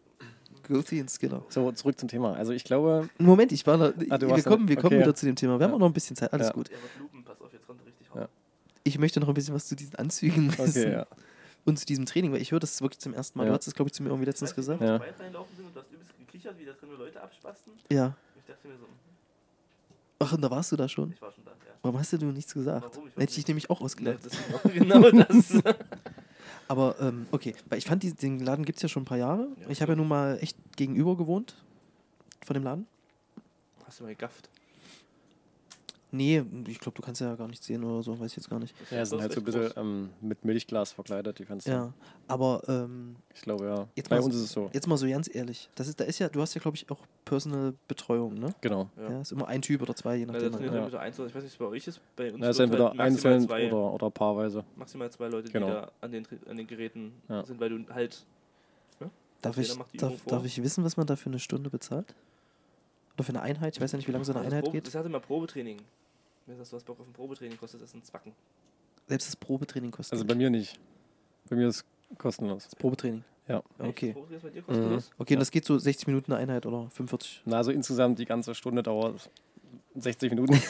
A: Goethe und Skiller.
B: So, zurück zum Thema. Also ich glaube,
A: Moment, ich war noch,
B: Ah, du
A: wir
B: warst
A: kommen,
B: noch-
A: wir kommen
B: okay.
A: wieder zu dem Thema. Wir haben
B: Ja.
A: auch noch ein bisschen Zeit. Alles
B: Ja.
A: gut.
C: Ja, aber Blumen, pass auf, jetzt rennt er richtig
B: Ja.
C: hoch.
A: Ich möchte noch ein bisschen was zu diesen Anzügen wissen.
B: okay, ja.
A: Und zu diesem Training, weil ich höre das wirklich zum ersten Mal. Du
B: Ja.
A: hast es, glaube ich, zu mir irgendwie letztens gesagt.
B: Ja.
C: Ja. reinlaufen sind und du hast übelst gekichert, wie da drin nur Leute abspasten.
A: Ja.
C: Ich dachte mir so,
A: Ach, und da warst du da schon.
C: ich war schon da, ja.
A: Warum hast du denn nichts gesagt?
C: Warum? Ich
A: Hätte
C: weiß
A: ich dich
C: nicht.
A: nämlich auch ausgelacht.
C: das genau das.
A: Aber ähm, okay, weil ich fand, die, den Laden gibt es ja schon ein paar Jahre.
C: Ja.
A: Ich habe ja nun mal echt gegenüber gewohnt von dem Laden.
C: Hast du mal gegafft?
A: Nee, ich glaube, du kannst ja gar nicht sehen oder so, weiß ich jetzt gar nicht.
B: Ja, sind
C: Das
B: halt
C: ist
B: so ein
C: echt
B: bisschen
C: groß.
B: ähm, mit Milchglas verkleidet, die Fenster.
A: Ja, aber ähm,
B: Ich glaube, ja.
A: Jetzt
B: Bei
A: mal-
B: uns ist es so.
A: jetzt mal so ganz ehrlich, das ist, da ist ja, du hast ja, glaube ich, auch Personal Betreuung, ne?
B: Genau.
A: Ja. ist immer ein Typ oder zwei, je
C: Na, das
A: nachdem.
C: sind
A: man-
C: ja.
B: Ja.
C: dann wieder einzeln. Ich weiß nicht, wie es bei euch ist. Bei uns
B: Na, ist
C: wird
B: entweder
C: halt maximal
B: einzeln
C: zwei,
B: oder, oder paarweise.
C: maximal zwei Leute,
B: Genau.
C: die da an den, Tri- an den Geräten
B: Ja.
C: sind, weil du halt.
A: Darf,
C: Jeder
A: ich,
C: macht die Übung
A: darf,
C: vor.
A: darf ich wissen, was man da für eine Stunde bezahlt? Oder für eine Einheit? Ich weiß ja nicht, wie lange so eine
C: Also das
A: Einheit
C: Probe-
A: geht.
C: Das hatte mal Probetraining. Wenn das was Bock auf ein Probetraining kostet, ist ein Zwacken.
A: Selbst das Probetraining kostet.
B: Also bei mir nicht. Bei mir ist kostenlos.
A: das Probetraining.
B: Ja.
A: Okay.
C: Echt? Probetraining ist bei dir
B: Mhm.
C: kostenlos?
A: Okay, und das geht so 60 Minuten eine Einheit oder 45.
B: Na, also insgesamt die ganze Stunde dauert 60 Minuten.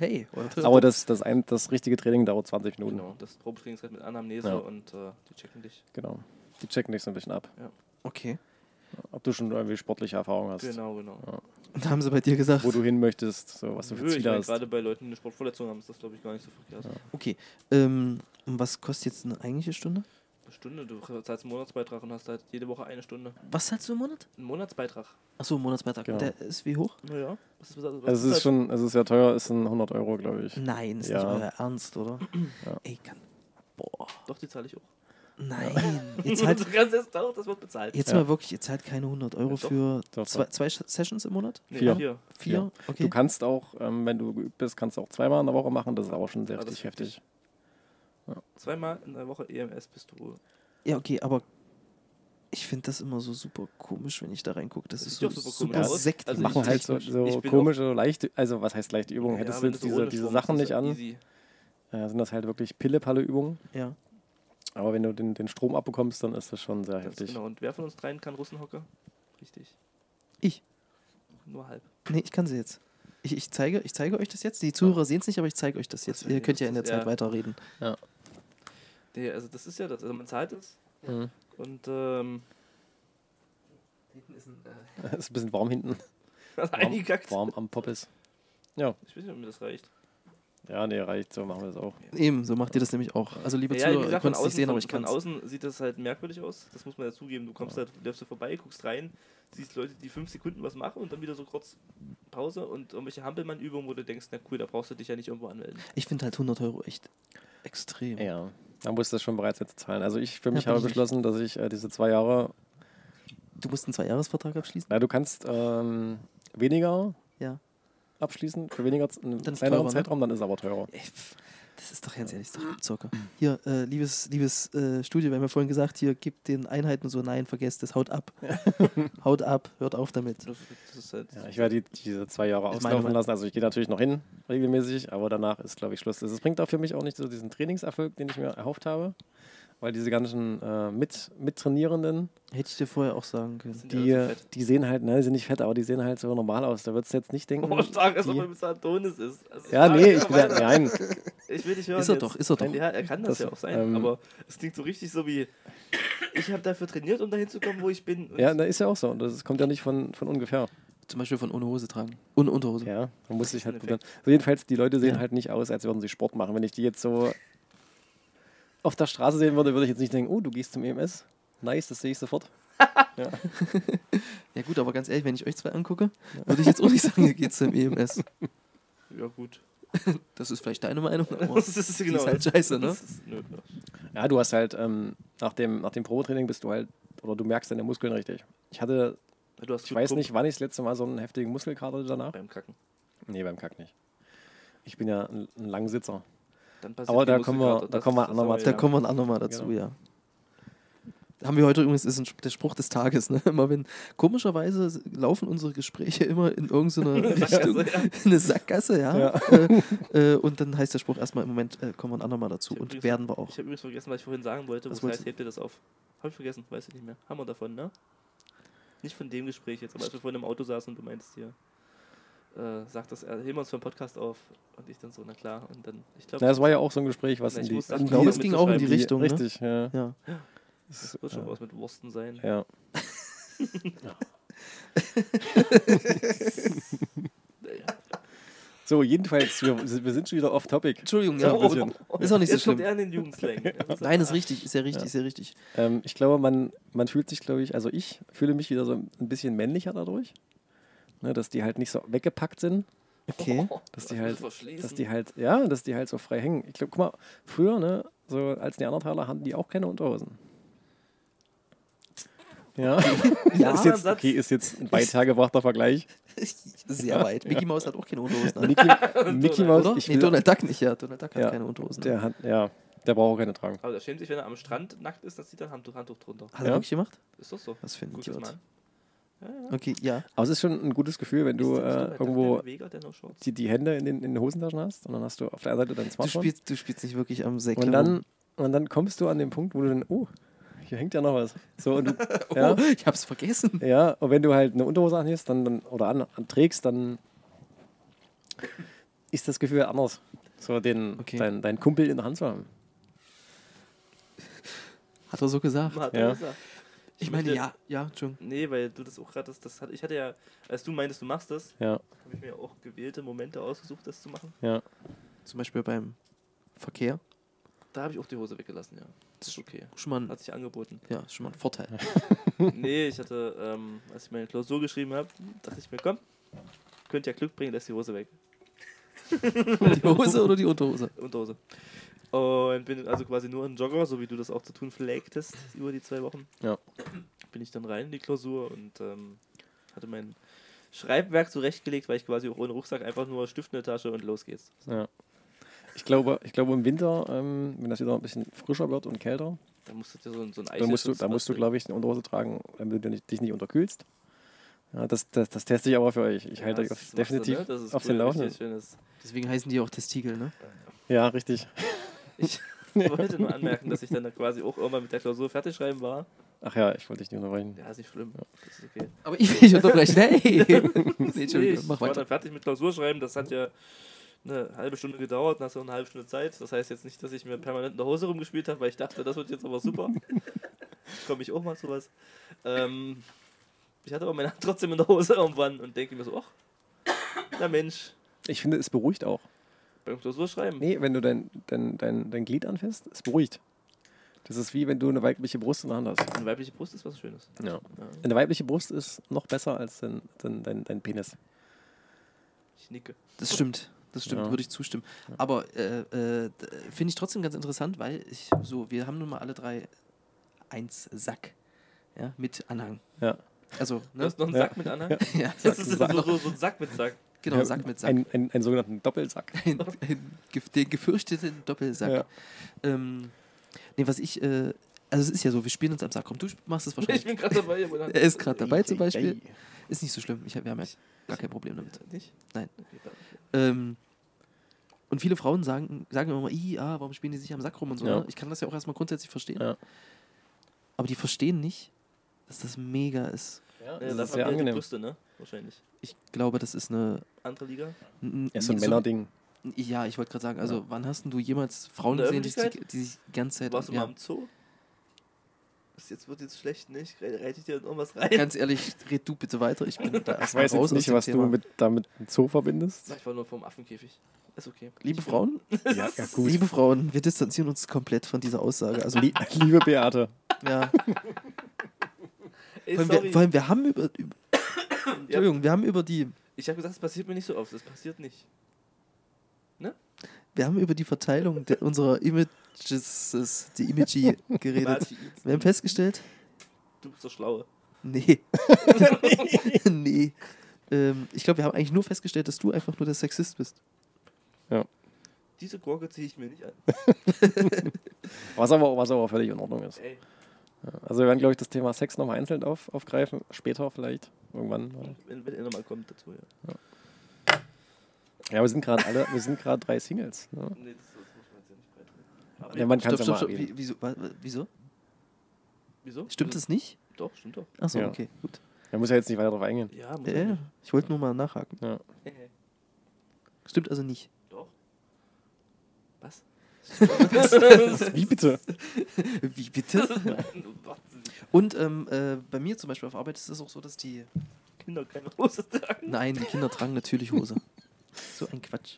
A: Hey, euer Tipp.
B: Aber das, das, ein, das richtige Training dauert 20 Minuten.
C: Genau. Das Probetraining ist halt mit Anamnese
B: Ja.
C: und äh, die checken dich.
B: Genau. Die checken dich so ein bisschen ab,
A: Okay.
B: ob du schon irgendwie sportliche Erfahrung hast,
C: Genau, genau.
A: Und da haben sie bei dir gesagt,
B: wo du hin möchtest, so, was du für
C: Nö, ich
B: Ziele
C: meine,
B: hast.
C: gerade bei Leuten, die eine Sportverletzung haben, ist das, glaube ich, gar nicht so verkehrt.
A: okay, ähm, und was kostet jetzt eine eigentliche Stunde?
C: Eine Stunde, du zahlst einen Monatsbeitrag und hast halt jede Woche eine Stunde.
A: Was zahlst du im Monat?
C: Ein Monatsbeitrag.
A: Achso, ein Monatsbeitrag.
B: Genau.
A: Der ist wie hoch?
C: Naja. Was ist, was
B: Also es ist
C: das?
B: schon, es ist ja teuer, es sind 100 Euro, glaube ich.
A: Nein, ist
B: Ja.
A: nicht euer Ernst, oder?
B: Ja.
A: Ey, kann. Boah.
C: Doch, die zahle ich auch.
A: Nein, jetzt halt,
C: du kannst jetzt doch, das wird bezahlt.
A: jetzt
B: Ja.
A: mal wirklich, jetzt halt keine 100 Euro
C: doch.
A: für
B: Doch,
A: zwei,
B: doch.
A: zwei Sessions im Monat?
C: Nee,
B: Vier.
C: vier.
A: Vier?
B: Ja.
A: Okay.
B: Du kannst auch, ähm, wenn du geübt bist, kannst du auch zweimal in der Woche machen. Das ist auch schon sehr
C: Ah, das
B: richtig
C: ist richtig.
B: heftig.
C: Zweimal in der Woche EMS bist du.
A: Ja, okay, aber ich finde das immer so super komisch, wenn ich da reingucke. Das,
C: Das
A: ist
C: sieht
A: so
C: doch super
A: super,
C: komisch
A: super
B: aus.
A: sektig.
B: Die
C: Also
B: machen halt so,
C: technisch.
B: so
C: Ich bin
B: komische, so leichte, also was heißt leichte Übungen?
C: Ja,
B: Hättest du
C: wenn
B: jetzt
C: du
B: diese,
C: ohne
B: diese
C: Strom
B: Sachen nicht
C: machst, ist das
B: an,
C: Easy.
B: äh, sind das halt wirklich Pille-Palle-Übungen.
A: ja.
B: Aber wenn du den, den Strom abbekommst, dann ist das schon sehr
C: Ganz
B: heftig.
C: genau. Und wer von uns dreien kann Russenhocker? Richtig.
A: Ich.
C: Nur halb.
A: Nee, ich kann sie jetzt. Ich, ich, zeige, ich zeige euch das jetzt. Die Zuhörer sehen es nicht, aber ich zeige euch das jetzt.
C: Okay,
A: Ihr könnt ja in der
C: das ist-
A: Zeit
C: ja.
A: weiterreden.
C: Nee, also das ist ja das. Also man zahlt es
B: Mhm.
C: und ähm,
B: ist ein bisschen warm hinten. Warm,
C: eingekackt.
B: warm am Poppes.
C: Ich weiß nicht, ob mir das reicht.
B: Ja, nee, reicht. So machen wir das auch.
A: Eben, so macht ihr das nämlich auch. Also, liebe
C: Ja, wie
A: Zuhörer, ihr
C: gesagt, von
A: könnt es
C: außen,
A: nicht sehen, aber ich
C: von
A: kann es.
C: außen sieht das halt merkwürdig aus. Das muss man ja zugeben. Du kommst halt, läufst da vorbei, guckst rein, siehst Leute, die fünf Sekunden was machen und dann wieder so kurz Pause und irgendwelche Hampelmann-Übungen, wo du denkst, na cool, da brauchst du dich ja nicht irgendwo anmelden.
A: Ich finde halt 100 Euro echt extrem.
B: Ja, dann musst du das schon bereits jetzt zahlen. Also ich für
A: Ja,
B: mich
A: bin
B: habe
A: ich nicht.
B: beschlossen, dass ich äh, diese zwei Jahre,
A: Du musst einen Zweijahresvertrag abschließen?
B: na, du kannst ähm, weniger
A: Ja.
B: abschließen, für weniger z- einen
A: Dann ist
B: kleineren
A: teurer, ne?
B: Zeitraum, dann ist aber teurer.
A: Ey, pff, Das ist doch ganz ehrlich, das ist doch Zocker. Hier, äh, liebes, liebes äh, Studio, wir haben ja vorhin gesagt, hier gibt den Einheiten so, nein, vergesst es, haut ab. haut ab, hört auf damit.
C: Das, ist- das ist halt.
B: Ja, ich werde die, diese zwei Jahre
A: Ist meine
B: auslaufen
A: Meinung.
B: lassen. Also ich gehe natürlich noch hin, regelmäßig, aber danach ist, glaube ich, Schluss. Es bringt auch für mich auch nicht so diesen Trainingserfolg, den ich mir erhofft habe. Weil diese ganzen äh, Mit Mittrainierenden,
A: Hätte ich dir vorher auch sagen können.
C: Sind
B: die,
C: alle so fett.
B: die sehen halt, nein, die sind nicht fett, aber die sehen halt so normal aus. Da würdest du jetzt nicht denken.
C: Oh, stark, dass
B: Hm. die-
C: er mal mit Santonis ist. Also,
B: ja,
C: stark,
B: nee, ich bin ja,
C: weiter.
B: nein.
C: Ich will dich hören.
A: Ist er
C: jetzt.
A: doch, ist er doch.
C: Ja, er kann das,
B: Das,
C: ja auch sein,
B: ähm,
C: aber es klingt so richtig so wie: Ich habe dafür trainiert, um dahin zu kommen, wo ich bin. Und
B: Ja, da ist ja auch so. Und das kommt ja nicht von, von ungefähr.
A: Zum Beispiel von ohne Hose tragen. Ohne Unterhose.
B: Ja, man muss sich
C: Mhm. ein
B: halt probieren. So jedenfalls, die Leute sehen
A: Ja.
B: halt nicht aus, als würden sie Sport machen. Wenn ich die jetzt so auf der Straße sehen würde, würde ich jetzt nicht denken, oh, du gehst zum EMS. Nice, das sehe ich sofort.
A: Ja gut, aber ganz ehrlich, wenn ich euch zwei angucke, würde ich jetzt auch nicht sagen, ihr geht zum EMS.
C: ja, gut.
A: Das ist vielleicht deine Meinung,
B: Oh,
A: aber
C: Das ist genau
A: die ist halt scheiße, ne?
C: Das ist, nö, nö.
B: Ja, du hast halt, ähm, nach dem, nach dem Probetraining bist du halt, oder du merkst deine Muskeln richtig. Ich hatte,
C: Du hast
B: ich
C: gut
B: weiß
C: Pump
B: nicht, wann ich das letzte Mal so einen heftigen Muskelkater hatte danach.
C: beim Kacken.
B: Nee, beim Kack nicht. Ich bin ja ein, ein Langsitzer.
C: Dann passiert
B: Aber
C: die
B: da kommen wir-
C: Muskelkater.
B: da
C: Das
B: kommen wir
C: ist
B: andermal
C: das Sauer,
A: Da
B: Ja.
A: kommen wir ein andermal dazu,
B: Genau.
A: ja. Haben wir heute übrigens, ist ein, Sp- der Spruch des Tages, ne? Immer wenn, komischerweise s- laufen unsere Gespräche immer in irgendeine Richtung, in eine Sackgasse, ja.
B: Ja.
A: Äh, äh, und dann heißt der Spruch erstmal im Moment, äh, kommen wir ein andermal dazu
C: Ich hab
A: und
C: übrigens-
A: werden wir
C: ja.
A: auch.
C: Ich habe übrigens vergessen, was ich vorhin sagen wollte.
A: Was
C: Was heißt,
A: wolltest
C: hebt ihr das auf? Habe ich vergessen, weiß ich nicht mehr. Haben wir davon, ne? Nicht von dem Gespräch jetzt, aber als wir vorhin im Auto saßen und du meintest hier, äh, sagt das, äh, heben wir uns für einen Podcast auf. Und ich dann so, na klar. Und dann, ich glaube,
B: Na, das war ja auch so ein Gespräch, was
C: Ich
B: in die,
C: muss das
B: in
A: Ich glaube, es
C: mit
A: ging
C: zu
A: auch in die
C: schreiben,
B: die-
A: Richtung, ne?
B: Richtig, ja.
A: Ja.
B: Das,
C: wird schon
B: äh,
C: was mit Wursten sein.
B: ja.
C: Naja.
B: So, jedenfalls, wir, wir sind schon wieder off topic.
A: Entschuldigung, ja.
B: ein bisschen.
A: Ist auch nicht so
C: Jetzt kommt
A: schlimm.
C: er in den Jugendslang.
A: Nein, ist richtig, ist ja richtig, ist ja richtig.
B: Ähm, ich glaube, man, man fühlt sich, glaube ich, also ich fühle mich wieder so ein bisschen männlicher dadurch. Ne, dass die halt nicht so weggepackt sind.
A: Okay.
C: Oh,
B: Dass die halt, dass die halt, ja, dass die halt so frei hängen. Ich glaube, guck mal, früher, ne, so als Neandertaler hatten die auch keine Unterhosen. Ja,
A: Ja,
B: ist jetzt, okay, ist jetzt ein weit hergebrachter Vergleich.
A: Sehr weit. Mickey Mouse hat auch keine Unterhosen an.
B: Mickey, Mickey Mouse,
A: Oder?
B: ich
A: Nee,
B: will-
A: Donald Duck nicht, ja. Donald Duck
B: Ja,
A: hat keine Unterhosen. an.
B: der hat, ja, der braucht auch keine tragen.
C: Aber der schämt sich, wenn er am Strand nackt ist, dann zieht er ein Handtuch, Handtuch drunter.
A: Hat er
B: Ja.
A: wirklich gemacht?
C: Ist doch so.
A: Was für ein
C: Guck das mal
A: Idiot.
C: an.
A: Okay, ja.
B: Aber es ist schon ein gutes Gefühl, wenn du
C: Ist der- ist der
B: äh,
C: Duck
B: irgendwo
C: der Beweger, der noch Shorts?
B: die, die Hände in den, in den Hosentaschen hast und dann hast du auf der einen Seite dein
A: Du
B: Smartphone.
A: spielst, du spielst nicht wirklich am Säckchen.
B: und,
A: rum.
B: dann, und dann kommst du an den Punkt, wo du dann, oh, hier hängt ja noch was. So, und du, ja,
A: Oh, ich hab's vergessen.
B: ja, und wenn du halt eine Unterhose anhältst dann, dann, oder an, anträgst, dann ist das Gefühl anders. So den,
A: Okay.
B: dein, dein Kumpel in der Hand zu haben.
A: Hat er so gesagt.
C: Hat
B: Ja.
C: er gesagt.
A: Ich meine,
C: möchte-
A: ja, ja, Entschuldigung.
C: Nee, weil du das auch gerade, das, das hat, ich hatte ja, als du meintest, du machst das,
B: Ja,
C: habe ich mir auch gewählte Momente ausgesucht, das zu machen.
B: ja.
A: Zum Beispiel beim Verkehr.
C: Da habe ich auch die Hose weggelassen, ja. Das ist okay.
A: Schon mal ein,
B: Also,
C: Hat sich angeboten.
A: ja, ist schon mal ein Vorteil.
C: nee, ich hatte, ähm, als ich meine Klausur geschrieben habe, dachte ich mir, komm, könnte ja Glück bringen, lässt die Hose weg.
A: Die Hose oder die Unterhose?
C: Unterhose. Und bin also quasi nur ein Jogger, so wie du das auch zu tun pflegtest über die zwei Wochen.
B: Ja.
C: Bin ich dann rein in die Klausur und ähm, hatte mein Schreibwerk zurechtgelegt, weil ich quasi auch ohne Rucksack einfach nur Stift in der Tasche und los geht's.
B: Ja. Ich glaube, ich glaube im Winter, ähm, wenn das wieder ein bisschen frischer wird und kälter,
C: Da musstet ihr so, ein- so ein Eis.
B: da musst du, da musst du glaube ich, eine Unterhose tragen, damit du nicht, dich nicht unterkühlst. Ja, das, das, das teste ich aber für euch. Ich halte euch auf,
C: ne?
B: definitiv auf den Laufenden.
A: Deswegen heißen die auch Testikel, ne?
B: Ja, richtig.
C: Ich wollte nur anmerken, dass ich dann quasi auch irgendwann mit der Klausur fertig schreiben war.
B: Ach ja, ich wollte dich nicht unterbrechen.
C: Ja, ist nicht schlimm. Das ist okay.
A: Aber ich will nicht unterbrechen. Hey! nee,
C: Nee,
A: Entschuldigung,
C: ich
A: mach
C: war
A: weiter.
C: dann fertig mit Klausur schreiben. Das hat ja eine halbe Stunde gedauert, dann hast du eine halbe Stunde Zeit. Das heißt jetzt nicht, dass ich mir permanent in der Hose rumgespielt habe, weil ich dachte, das wird jetzt aber super. Komme ich auch mal zu was. Ähm, ich hatte aber meine Hand trotzdem in der Hose irgendwann und denke mir so, ach, na Mensch,
B: Ich finde, es beruhigt auch.
C: beim Klausurschreiben.
B: Nee, wenn du dein, dein, dein, dein Glied anfährst, es beruhigt. Das ist wie wenn du eine weibliche Brust in der Hand hast.
C: Eine weibliche Brust ist was Schönes.
B: Ja.
C: Ja,
B: Eine weibliche Brust ist noch besser als dein, dein, dein, dein Penis.
C: ich nicke.
A: Das stimmt, das stimmt,
B: Ja.
A: würde ich zustimmen. Aber äh, äh, d- finde ich trotzdem ganz interessant, weil ich so, wir haben nun mal alle drei eins Sack. Ja, mit Anhang.
B: Ja.
A: Also,
C: Du
A: ne?
C: hast noch einen
B: Ja.
C: Sack mit Anhang?
A: ja,
C: Das ist so,
B: Sack.
C: so, so ein Sack mit Sack.
A: genau,
B: Ja,
A: Sack mit Sack.
B: Ein, ein, einen sogenannten Doppelsack.
A: Ein, ein, gef- den gefürchteten Doppelsack.
B: Ja.
A: Ähm, nee, was ich, äh, also es ist ja so, wir spielen uns am Sack. Komm, du machst es
C: Ich
A: wahrscheinlich.
C: bin gerade dabei. aber dann-
A: Er ist gerade dabei zum
B: Ei, ei,
A: Beispiel.
B: ei.
A: Ist nicht so schlimm, ich, hab- wir haben ja gar kein Problem damit.
C: Nicht?
A: Nein.
C: Okay, danke.
A: Ähm, und viele Frauen sagen, sagen immer mal, "Ih, ah, warum spielen die sich am Sack rum und so.
B: Ja.
A: Ne? Ich kann das ja auch erstmal grundsätzlich verstehen.
B: Ja.
A: Aber die verstehen nicht, dass das mega ist.
B: Ja,
C: Ja,
B: das ist
C: ja
B: sehr
C: angenehm. Die
B: angenehm.
C: Brüste, ne? Wahrscheinlich.
A: Ich glaube, das ist eine.
C: Andere Liga?
A: n-
B: Ja, so ein
A: n-
B: Männerding.
A: Ja, ich wollte gerade sagen, also wann hast denn du jemals Frauen
C: In der
A: gesehen, die sich, die,
C: Öffentlichkeit?
A: die sich die ganze Zeit.
C: Warst du
A: ja.
C: mal im Zoo? Ist jetzt wird jetzt schlecht, nicht? Reite ich dir in irgendwas rein?
A: Ganz ehrlich, red du bitte weiter. Ich bin da
B: Ich
A: erstmal raus
B: weiß jetzt
A: aus
B: nicht,
A: dem
B: was
A: Thema.
B: du mit, damit mit Zoo verbindest.
C: Na, ich war nur vom Affenkäfig. Ist okay.
A: Liebe Frauen,
B: Ja, ja gut.
A: liebe Frauen, wir distanzieren uns komplett von dieser Aussage. Also,
B: Lie- Liebe Beate.
A: ja.
C: Ey,
A: Vor allem,
C: sorry.
A: wir, vor allem, wir haben über. über Entschuldigung, wir haben über die.
C: Ich habe gesagt, es passiert mir nicht so oft. Es passiert nicht.
A: Wir haben über die Verteilung der, unserer Images, die Imagi geredet.
C: Marty Eats.
A: Wir haben festgestellt,
C: Du bist so schlau.
A: nee. nee. Ähm, ich glaube, wir haben eigentlich nur festgestellt, dass du einfach nur der Sexist bist.
C: Diese Gurke ziehe ich mir nicht an.
B: Was aber, was aber völlig in Ordnung ist.
C: Ey,
B: Also wir werden, glaube ich, das Thema Sex nochmal einzeln auf, aufgreifen. Später vielleicht. Irgendwann. Mal.
C: wenn, wenn er nochmal kommt dazu, ja.
B: Ja, wir sind gerade alle, wir sind gerade drei Singles. Ne?
C: Nee, das, das muss man jetzt ja nicht beitreten. Aber
B: Ja, man kann
A: Stopp,
B: es ja
A: stopp,
B: mal
A: stopp.
B: erwähnen.
A: Wie, wieso? Wa- wa- wieso?
C: wieso?
A: Stimmt
C: Also,
A: es nicht?
C: Doch, stimmt doch.
A: Achso,
B: Ja.
A: okay, gut.
B: Man muss ja jetzt nicht weiter darauf eingehen.
C: Ja, muss
A: Ja,
C: ja.
A: ja.
C: nicht.
A: Ich wollte nur mal nachhaken.
B: Ja.
C: Hehe.
A: Stimmt also nicht.
C: Doch. Was?
B: Wie bitte?
A: Wie bitte? Und ähm, äh, bei mir zum Beispiel auf Arbeit ist es auch so, dass die.
C: Kinder keine Hose tragen.
A: Nein, die Kinder tragen natürlich Hose. So ein Quatsch.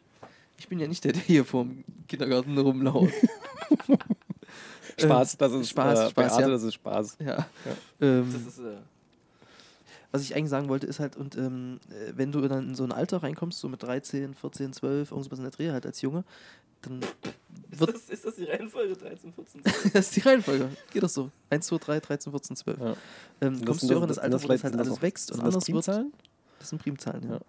A: Ich bin ja nicht der, der hier vorm Kindergarten rumlauft.
B: Spaß, das ist
A: Spaß,
B: äh,
A: Spaß,
B: Beate,
A: ja.
B: das ist Spaß.
A: Ja.
B: Ja.
A: Ähm,
C: Das ist, äh,
A: was ich eigentlich sagen wollte, ist halt, und ähm, äh, wenn du dann in so ein Alter reinkommst, so mit 13, 14, 12, irgendwas in der Dreh halt als Junge, dann
C: ist,
A: Wird-
C: das, ist das die Reihenfolge 13, 14?
A: das ist die Reihenfolge. Geht das so. 1, 2, 3, 13, 14, 12.
B: Ja.
A: Ähm,
B: Sind
A: kommst
B: sind
A: du auch in das
B: sind
A: Alter, wo das
B: vielleicht-
A: halt
B: sind
A: alles
B: auch-
A: wächst und
B: sind das
A: anders wird.
B: Primzahlen?
A: Das sind Primzahlen, ja.
B: Ja.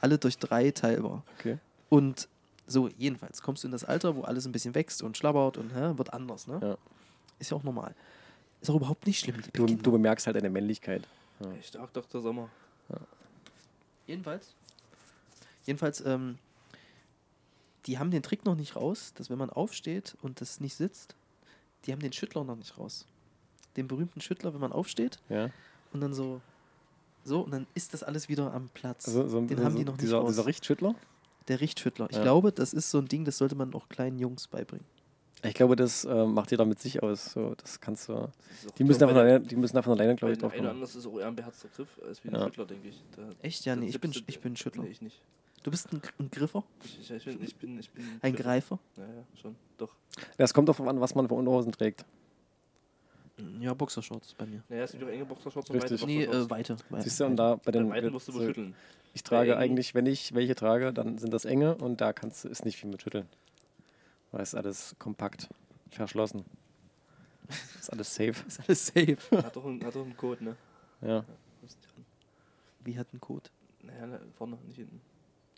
A: Alle durch drei teilbar.
B: Okay.
A: Und so, jedenfalls, kommst du in das Alter, wo alles ein bisschen wächst und schlabbert und hä, wird anders, ne?
B: Ja.
A: Ist ja auch normal. Ist auch überhaupt nicht schlimm, liebe
B: Du,
A: Kinder.
B: du bemerkst halt eine Männlichkeit.
C: Ey, Stark Dr. Sommer.
A: Jedenfalls. Jedenfalls, ähm, die haben den Trick noch nicht raus, dass wenn man aufsteht und das nicht sitzt, die haben den Schüttler noch nicht raus. Den berühmten Schüttler, wenn man aufsteht
B: Ja.
A: und dann so, so, und dann ist das alles wieder am Platz.
B: Also, so,
A: den
B: so,
A: haben
B: so
A: die noch
B: dieser,
A: nicht raus.
B: Dieser Richtschüttler.
A: Der Richtschüttler. Ich
B: Ja.
A: glaube, das ist so ein Ding, das sollte man auch kleinen Jungs beibringen.
B: Ich glaube, das äh, macht jeder mit sich aus. So, das kannst du.
C: Das ist auch-
B: Die müssen,
C: glaub,
B: davon
C: bei der-
B: alleine, die müssen davon alleine, glaube
C: bei
B: ich,
C: dem
B: drauf
C: einen oder
B: kommen.
C: anderen ist es auch eher ein beherzter Griff als wie ein
B: Ja.
C: Schüttler, denke ich. Da,
A: Echt? Ja, nee, ich bin, ich bin Schüttler.
C: Nee, ich nicht.
A: Du bist ein, ein Griffer,
C: Ich, ich, ich, bin, ich bin. Ich bin
A: ein
C: Schüttler.
A: Greifer.
C: Ja, ja, schon. Doch.
B: Das kommt darauf an, was man für Unterhosen trägt.
A: Ja, Boxershorts bei mir.
C: Naja, es gibt auch enge Boxershorts
B: Richtig.
C: weite
A: Nee, äh,
C: Boxershorts.
A: weite. weite.
B: Siehst du, und da bei
C: Bei
B: den.
C: weiten musst du wohl
B: so,
C: schütteln.
B: ich trage
A: Äh,
C: Bei engen-
B: eigentlich, wenn ich welche trage, dann sind das enge und da kannst du, ist nicht viel mit schütteln. Weil es ist alles kompakt verschlossen. ist alles safe.
A: Ist alles safe.
C: Hat doch einen, hat doch einen Code, ne?
B: Ja.
C: Muss ich ran.
A: Wie hat ein Code?
C: Naja, na, vorne, nicht hinten.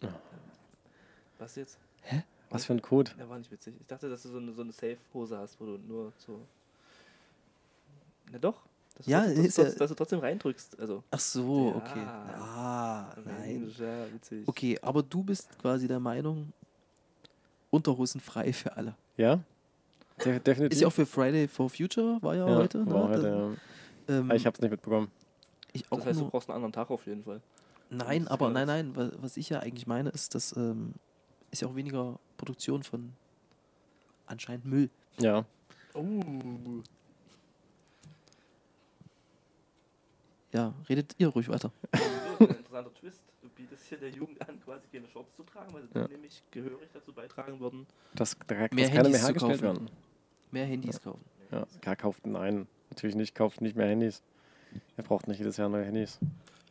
A: Ah.
B: Ja.
C: Was jetzt?
B: Was für ein Code.
C: Er war nicht witzig. Ich dachte, dass du so eine, so eine Safe-Hose hast, wo du nur so. Na doch. Dass
A: Ja,
C: du, trotzdem-
A: ist ja-
C: dass, dass du trotzdem reindrückst. Also.
A: Ach so,
C: Ja.
A: okay. Ah, nein.
C: Ja, witzig.
A: Okay, aber du bist quasi der Meinung, Unterhosen frei für alle.
B: Ja? De definitiv.
A: Ist ja auch für Friday for Future, war ja,
B: ja,
A: heute. Ne?
B: War heute
A: Dann,
B: ja.
A: ähm,
B: Ah, Ich hab's nicht mitbekommen.
A: ich auch
C: Das heißt, du
A: nur,
C: brauchst einen anderen Tag auf jeden Fall.
A: nein,
C: das
A: aber
C: Ganze.
A: nein, nein, wa- was ich ja eigentlich meine, ist, dass ähm, ist ja auch weniger Produktion von anscheinend Müll.
B: Ja.
C: Oh.
A: Ja, redet ihr ruhig weiter.
C: ein interessanter Twist. Du bietest hier der Jugend an, quasi keine Shorts zu tragen, weil sie
B: Ja.
C: nämlich gehörig dazu beitragen würden.
B: Das, da,
A: Mehr
B: das kann ja mehr
A: Handys zu
B: hergestellt
A: kaufen.
B: werden.
A: Mehr Handys kaufen.
B: Ja. ja, kauft nein. Natürlich nicht, kauft nicht mehr Handys. Ihr braucht nicht jedes Jahr neue Handys.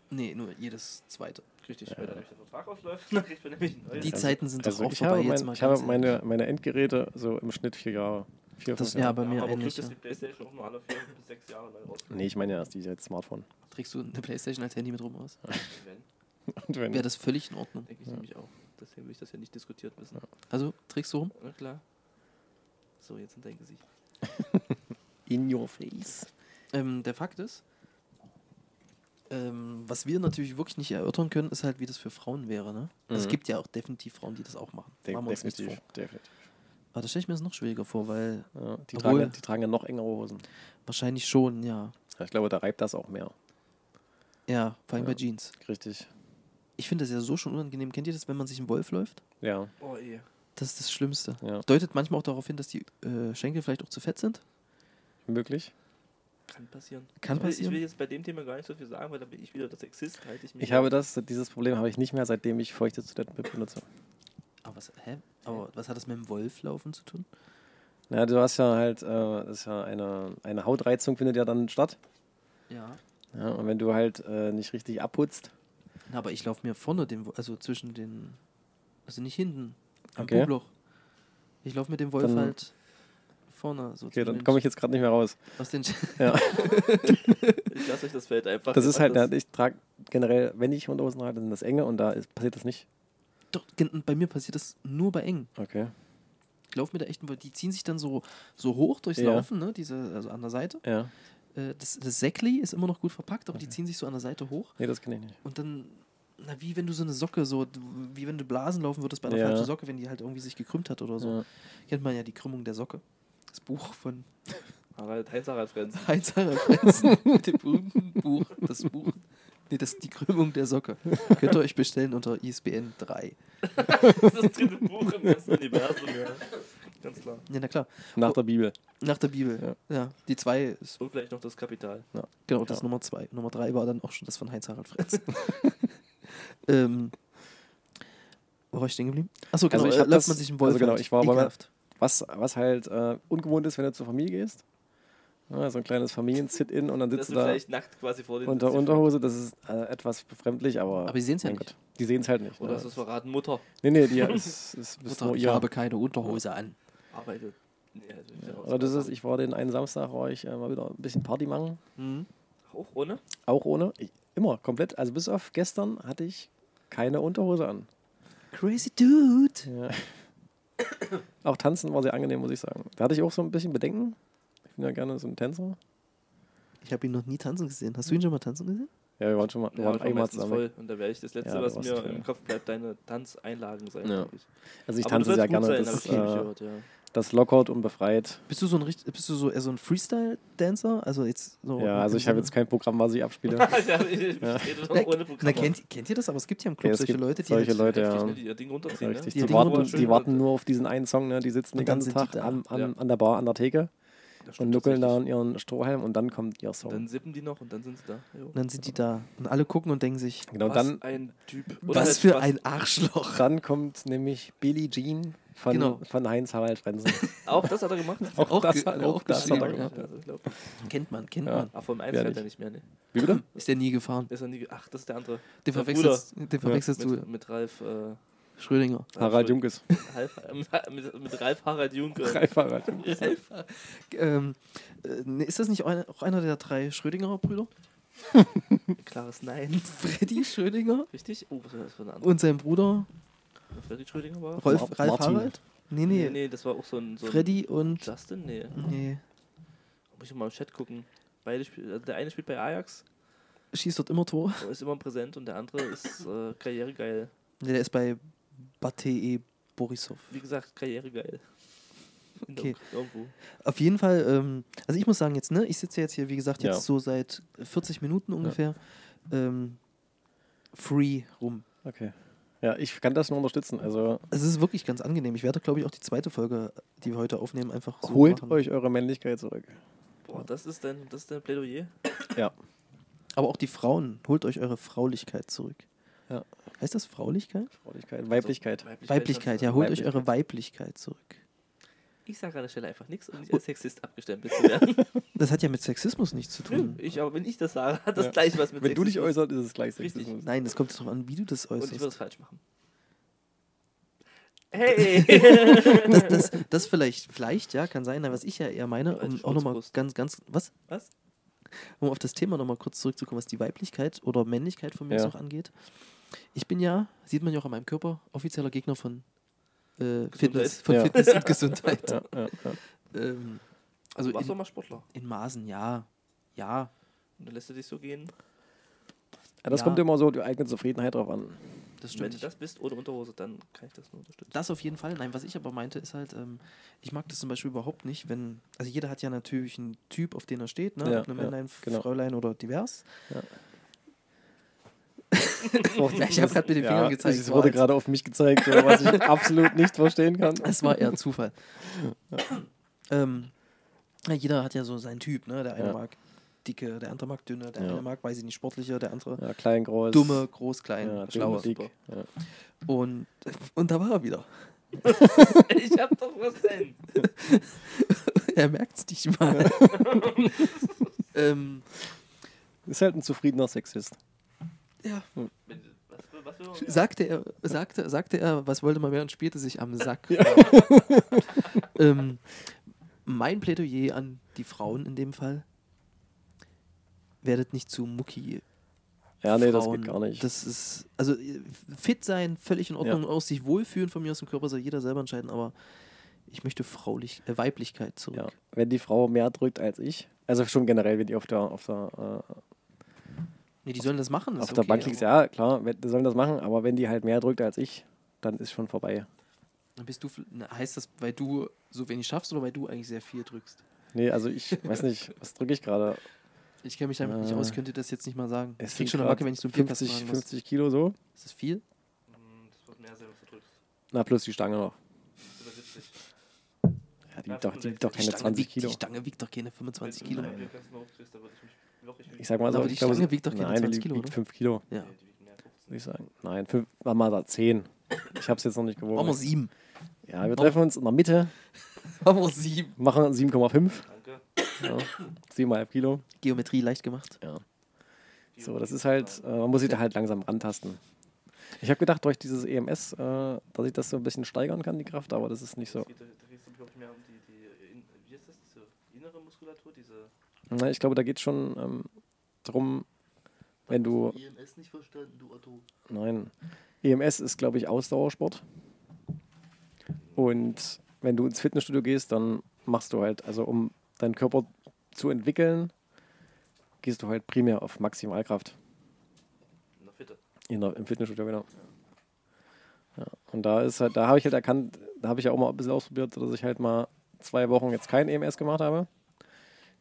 A: Nee, nur jedes zweite.
C: Richtig, weil dadurch der Vertrag ausläuft, dann kriegt man nämlich ein neues.
A: Die Zeiten sind doch auch
B: also ich
A: vorbei
B: habe,
A: jetzt
B: mein,
A: mal
B: ich habe
A: ganz
B: meine, meine Endgeräte so im Schnitt vier Jahre. Vier,
A: Das,
B: fünf
A: ja,
B: Jahre.
A: bei
C: Ja,
A: mir
C: aber Glück,
A: ähnlich.
C: dass
A: Ja.
C: die Playstation auch nur alle vier bis sechs Jahre neu rauskommt.
B: Nee, ich meine ja erst die als Smartphone.
A: Trägst du eine Playstation als Handy mit rum aus?
C: Wenn,
B: Und wenn,
A: Wäre das völlig in Ordnung.
C: denke ich nämlich auch. Deswegen will ich das ja nicht diskutiert wissen.
A: Also, trägst du rum?
C: Na klar. So, jetzt in dein Gesicht.
B: in your face.
A: Ähm, der Fakt ist, ähm, was wir natürlich wirklich nicht erörtern können, ist halt, wie das für Frauen wäre. Ne? Also es
B: Mhm.
A: gibt ja auch definitiv Frauen, die das auch machen.
B: De
A: machen wir uns nichts
B: definitiv. definitiv.
A: vor. Aber das stelle ich mir das noch schwieriger vor, weil
B: Ja, die,
A: Obwohl-
B: tragen, ja- die tragen ja noch engere Hosen.
A: wahrscheinlich schon, ja.
B: Ja, Ich glaube, da reibt das auch mehr.
A: Ja, vor allem
B: Ja.
A: bei Jeans.
B: Richtig.
A: Ich finde das ja so schon unangenehm. Kennt ihr das, wenn man sich im Wolf läuft?
B: Ja,
C: Oh, eh.
A: Das ist das Schlimmste.
B: ja.
A: Deutet manchmal auch darauf hin, dass die äh, Schenkel vielleicht auch zu fett sind.
B: Möglich.
C: Kann passieren.
A: Kann
C: ich will,
A: passieren.
C: Ich will jetzt bei dem Thema gar nicht so viel sagen, weil da bin ich wieder der Sexist, halte ich mich.
B: Ich habe das, dieses Problem habe ich nicht mehr, seitdem ich feuchte Toiletten benutze.
A: Aber was, hä? Aber was hat das mit dem Wolflaufen zu tun?
B: Ja, du hast ja halt, äh, das ist ja eine, eine Hautreizung findet ja dann statt.
A: Ja.
B: Ja, und wenn du halt äh, nicht richtig abputzt,
A: Na, aber ich laufe mir vorne, dem, Wo- also zwischen den. Also nicht hinten, am
B: Okay.
A: Pobloch. Ich laufe mit dem Wolf
B: Dann-
A: halt vorne. So
B: okay, dann komme ich jetzt gerade nicht mehr raus.
A: Aus den
B: Ja,
C: ich lasse euch das Feld einfach.
B: das ist halt,
C: das,
B: ja, ich trage generell, wenn ich Unterhosen trage, dann sind das enge und da ist, passiert das nicht.
A: Doch, gen- bei mir passiert das nur bei Eng.
B: Okay.
A: Ich laufe mit der echten Wolf. Die ziehen sich dann so, so hoch durchs
B: Ja.
A: Laufen, ne? Diese, also an der Seite.
B: Ja.
A: Äh, das das Säckli ist immer noch gut verpackt, aber die ziehen sich so an der Seite hoch.
B: Nee, das kann ich nicht.
A: Und dann, na, wie wenn du so eine Socke, so, d- wie wenn du Blasen laufen würdest bei einer
B: Ja.
A: falschen Socke, wenn die halt irgendwie sich gekrümmt hat oder so.
B: Ja.
A: Kennt man ja die Krümmung der Socke. Das Buch von
C: Harald, Heinz Harald Frenz.
A: Heinz Harald Frenzen mit dem berühmten Buch, das Buch. Nee, das ist die Krümmung der Socke. Könnt ihr euch bestellen unter ISBN 3.
C: Das ist das dritte Buch im ganzen Universum, ja. Ganz klar.
A: Ja, na klar.
B: Nach
A: Oh.
B: der Bibel.
A: Nach der Bibel. Ja. die 2 ist,
C: Und vielleicht noch das Kapital.
A: genau, das
B: Ja.
A: Nummer 2. Nummer 3 war dann auch schon das von Heinz Harald Frenzen. ähm, wo war ich stehen geblieben? Achso, genau,
B: Also ich
A: äh,
B: hab
A: läuft
B: das-
A: man sich im Wolf
B: also genau,
A: halt.
B: ich war bei meiner-
A: Ekelhaft.
B: Was, was halt äh, ungewohnt ist, wenn du zur Familie gehst. Ja, so ein kleines Familien-Sit-In und dann
C: Dass
B: sitzt
C: du
B: du da
C: vielleicht nackt quasi vor den
B: unter Unterhose. Das ist äh, etwas befremdlich, aber.
A: Aber die sehen's ja
B: mein
A: nicht.
B: Gott, Die sehen es halt nicht.
C: Oder
B: ne?
C: hast du es verraten? Mutter
B: Nee, nee, die ist, ist, ist
A: Mutter,
B: nur
A: ich
B: ihr.
A: habe keine Unterhose an.
C: arbeitet. Nee, also ich
B: Aber das ist, ich war den einen Samstag, war ich äh, mal wieder ein bisschen Party machen.
A: Mhm.
C: Auch ohne?
B: Auch ohne. Ich, immer, komplett. Also bis auf gestern hatte ich keine Unterhose an.
A: Crazy Dude.
B: Ja. auch tanzen war sehr angenehm, muss ich sagen. Da hatte ich auch so ein bisschen Bedenken. Ich bin ja gerne so ein Tänzer.
A: Ich habe ihn noch nie tanzen gesehen. Hast du ihn schon mal tanzen gesehen?
B: Ja, wir waren schon mal, wir
C: Ja,
B: waren
C: aber
B: einmal
C: meistens
B: zusammen.
C: voll. Und da wäre ich das Letzte,
B: Ja, da
C: was
B: warst
C: mir
B: du voll.
C: im Kopf bleibt, deine Tanzeinlagen sein.
B: Ja.
C: eigentlich.
B: Also ich
C: Aber du
B: tanze sehr
C: sollst
B: gerne.
C: gut sein,
B: das,
C: hab ich
B: äh,
C: gehört, ja.
B: das lockert und befreit.
A: Bist du so ein richt- bist du so eher so ein Freestyle Dancer? Also jetzt so
B: Ja, also ich habe jetzt kein Programm, was ich abspiele.
C: Also, ja, ich ich rede doch ohne Programm.
A: Na, kennt, kennt ihr das? Aber es gibt ja im Club
B: Ja, es
A: solche
B: gibt
A: Leute, die
B: solche
A: halt,
B: Leute,
C: Heftig,
B: ja.
C: ne, die ihr Ding runterziehen, ne?
B: Richtig,
A: Die
B: die,
A: Dinge
B: warten,
A: runter-
B: die warten nur auf diesen einen Song, ne? die sitzen
A: Und
B: den
A: dann
B: ganzen
A: sind
B: Tag
A: die da.
B: am, am,
C: Ja.
B: an der Bar, an der Theke
C: Das
B: und
C: stimmt
B: nuckeln da
C: tatsächlich.
B: an ihren Strohhalm und dann kommt ihr
C: Und
B: Song.
C: Dann sippen die noch und dann sind sie da. Jo.
A: Und dann sind die da und alle gucken und denken sich,
B: genau,
C: was
B: dann,
C: ein Typ. Oder
A: was
C: halt
A: für ein Arschloch.
B: dann kommt nämlich Billie Jean von,
A: Genau.
B: von Heinz Harald Frenzen.
C: Auch das hat er gemacht.
B: auch,
A: Auch
B: das,
A: ge-
B: hat-
A: auch
B: auch das hat er
A: geschrieben,
B: gemacht.
A: ja.
C: Also, ich glaub,
A: Kennt man, kennt
B: Ja.
A: man.
C: Ach, vom 1
B: Ja,
C: fährt er
B: nicht.
C: nicht mehr, ne?
B: Wie bitte?
A: Ist der nie gefahren.
C: Ist er nie. ge- Ach, das ist der andere.
A: Den
C: Der
A: verwechselst, den verwechselst
C: Mit,
A: du.
C: mit Ralf. Äh,
A: Schrödinger.
B: Harald Junkes.
C: Half, äh, mit, mit Ralf Harald Junke.
B: Ralf Harald Junkes.
A: Ähm, äh, nee, ist das nicht einer- auch einer der drei Schrödinger Brüder?
C: Klares Nein.
A: Freddy Schrödinger
C: Richtig? Oh, was war das für eine andere?
A: und sein Bruder
C: Freddy Schrödinger war?
A: Rolf,
B: Mar-
A: Ralf
B: Martin.
A: Harald? Nee,
C: Nee,
A: nee.
C: nee, das war auch so ein, so ein
A: Freddy und.
C: Justin? Nee.
A: Nee.
C: Muss ich mal im Chat gucken. Beide spiel, also der eine spielt bei Ajax,
A: Schießt dort immer Tor.
C: ist immer präsent und der andere ist äh, karrieregeil.
A: Nee, der ist bei Batee Borisov.
C: Wie gesagt, karrieregeil. In der
A: Okay.
C: Ukra- Irgendwo.
A: Auf jeden Fall, ähm, also ich muss sagen, jetzt, ne, ich sitze jetzt hier, wie gesagt, jetzt
B: Ja.
A: so seit 40 Minuten ungefähr ähm, free rum.
B: Okay. Ja, ich kann das nur unterstützen. Also
A: Also es ist wirklich ganz angenehm. Ich werde, glaube ich, auch die zweite Folge, die wir heute aufnehmen, einfach so
B: holt
A: machen.
B: euch eure Männlichkeit zurück.
C: Boah, das ist dein, das ist dein Plädoyer? Also
A: Aber auch die Frauen, holt euch eure Fraulichkeit zurück.
B: Ja.
A: Heißt das Fraulichkeit?
B: Fraulichkeit, Weiblichkeit.
A: Also, Weiblichkeit, ja, holt euch eure
B: Weiblichkeit.
A: Weiblichkeit zurück.
C: also Ich sage an der Stelle einfach nichts, um nicht als Sexist abgestempelt zu werden.
A: Das hat ja mit Sexismus nichts zu tun.
C: ich, aber wenn ich das sage, hat das
B: Ja.
C: gleich was mit
B: Wenn du dich
C: Sexismus.
B: äußerst, ist es gleich
C: Richtig.
B: Sexismus.
A: Nein, es kommt darauf an, wie du das
C: Und ich würde es
A: äußerst.
C: falsch machen. Hey!
A: Das, das, das vielleicht, vielleicht, ja, kann sein, aber was ich ja eher meine,
C: Alte
A: um auch nochmal
C: Schmutzbrust.
A: ganz, ganz, was?
C: was?
A: um auf das Thema nochmal kurz zurückzukommen, was die Weiblichkeit oder Männlichkeit von mir
B: Ja.
A: noch angeht. Ich bin ja, sieht man ja auch an meinem Körper, offizieller Gegner von, äh, Fitness, von
B: Ja.
A: Fitness und Gesundheit.
B: Ja, ja, ja.
A: Ähm, also
C: Also du warst doch
A: in,
C: mal Sportler.
A: in Maßen, ja. Ja.
C: Und dann lässt du dich so gehen.
B: Ja, Das
A: Ja.
B: kommt immer so die eigene Zufriedenheit drauf an.
A: Das
C: Wenn du
A: Das,
C: das bist ohne Unterhose, dann kann ich das nur unterstützen.
A: auf jeden Fall. Nein, was ich aber meinte, ist halt, ähm, ich mag das zum Beispiel überhaupt nicht, wenn, also jeder hat ja natürlich einen Typ, auf den er steht, ne?
B: Ja,
A: Ob eine
B: ja,
A: Männlein,
B: genau.
A: Fräulein oder divers.
B: ich
A: Ich habe gerade mit den Fingern gezeigt.
B: Es
A: so
B: wurde
A: als-
B: gerade auf mich gezeigt, so, was ich absolut nicht verstehen kann.
A: Es war eher Zufall. ähm, ja, jeder hat ja so seinen Typ, ne? Der eine
B: Ja.
A: mag dicke, der andere mag dünne, der
B: Ja.
A: eine mag, weiß ich nicht, sportliche, der andere
B: Ja, klein, groß.
A: dumme, groß, klein,
B: ja,
A: schlauer.
B: schlauer. Dick. Ja.
A: Und, und da war er wieder.
C: ich hab doch was denn?
A: er merkt's nicht mal. ähm,
B: Ist halt ein zufriedener Sexist.
A: ja,
C: Wenn- Was, will- was will man mehr?
A: sagte er, sagte, sagte er, was wollte man mehr und spielte sich am Sack. ähm, mein Plädoyer an die Frauen in dem Fall. Werdet nicht zu Mucki
B: Ja, nee, das
A: Frauen,
B: geht gar nicht.
A: Das ist, also äh, fit sein, völlig in Ordnung aus, sich wohlfühlen von mir aus dem Körper, soll jeder selber entscheiden, aber ich möchte fraulich, äh, Weiblichkeit zurück.
B: ja. Wenn die Frau mehr drückt als ich, also schon generell, wenn die auf der, auf der, äh,
A: Nee, die sollen das machen. das
B: auf
A: ist
B: der
A: okay,
B: Bank liegt,
A: aber
B: ja, klar, wenn- die sollen das machen, aber wenn die halt mehr drückt als ich, dann ist schon vorbei.
A: Dann bist du, fl- na, heißt das, weil du so wenig schaffst oder weil du eigentlich sehr viel drückst?
B: Nee, also ich weiß nicht, was drücke ich gerade?
A: Ich kenne mich damit nicht
B: Äh,
A: aus, könnte das jetzt nicht mal sagen.
B: Es
A: Ich krieg
B: sind
A: schon eine
B: grad
A: Macke, wenn ich so einen Bierkasten
B: 50,
A: tragen muss.
B: 50 Kilo so.
A: Ist das viel?
C: Hm, Das wird mehr sein, wenn du drückst.
B: Na, plus die Stange noch.
C: Über 70.
B: Ja, die
C: Ja,
B: wiegt doch, die wiegt doch keine
A: die, Stange
B: 20
A: wiegt,
B: Kilo.
A: die Stange wiegt doch keine 25 Kilo.
C: Wenn du einen Bierkasten hochkriegst, dann würde ich mich wirklich
B: Ich sag mal so,
A: Aber die
B: ich glaube,
A: Stange
B: sie-
A: wiegt doch keine
B: nein, die
A: 20 Kilo,
B: wiegt
A: oder?
B: 5 Kilo,
A: Ja.
C: Die wiegen mehr als 15.
B: würde ich sagen. Nein, fünf, machen wir da 10. Ich habe es jetzt noch nicht gewogen.
A: Machen wir 7.
B: Ja, wir treffen uns in der Mitte,
A: Machen wir 7.
B: machen 7,5,
C: Danke.
B: ja, 7,5 Kilo.
A: Geometrie leicht gemacht.
B: So, das ist halt, äh, man muss sich da halt langsam rantasten. Ich habe gedacht, durch dieses EMS, äh, dass ich das so ein bisschen steigern kann, die Kraft, aber das ist nicht so.
C: Es geht, Da da geht's, glaub ich, mehr um die, die in, wie ist das, diese innere Muskulatur, diese...
B: Na, Ich glaube, da geht schon ähm, drum, wenn du,
D: IMS nicht verstanden, du Otto.
B: nein, EMS ist, glaube ich, Ausdauersport. Und wenn du ins Fitnessstudio gehst, dann machst du halt, also um deinen Körper zu entwickeln, gehst du halt primär auf Maximalkraft.
C: Na, bitte.
B: In der, Im Fitnessstudio, genau. Ja, und da ist halt, da habe ich halt erkannt, da habe ich ja auch mal ein bisschen ausprobiert, dass ich halt mal zwei Wochen jetzt kein EMS gemacht habe.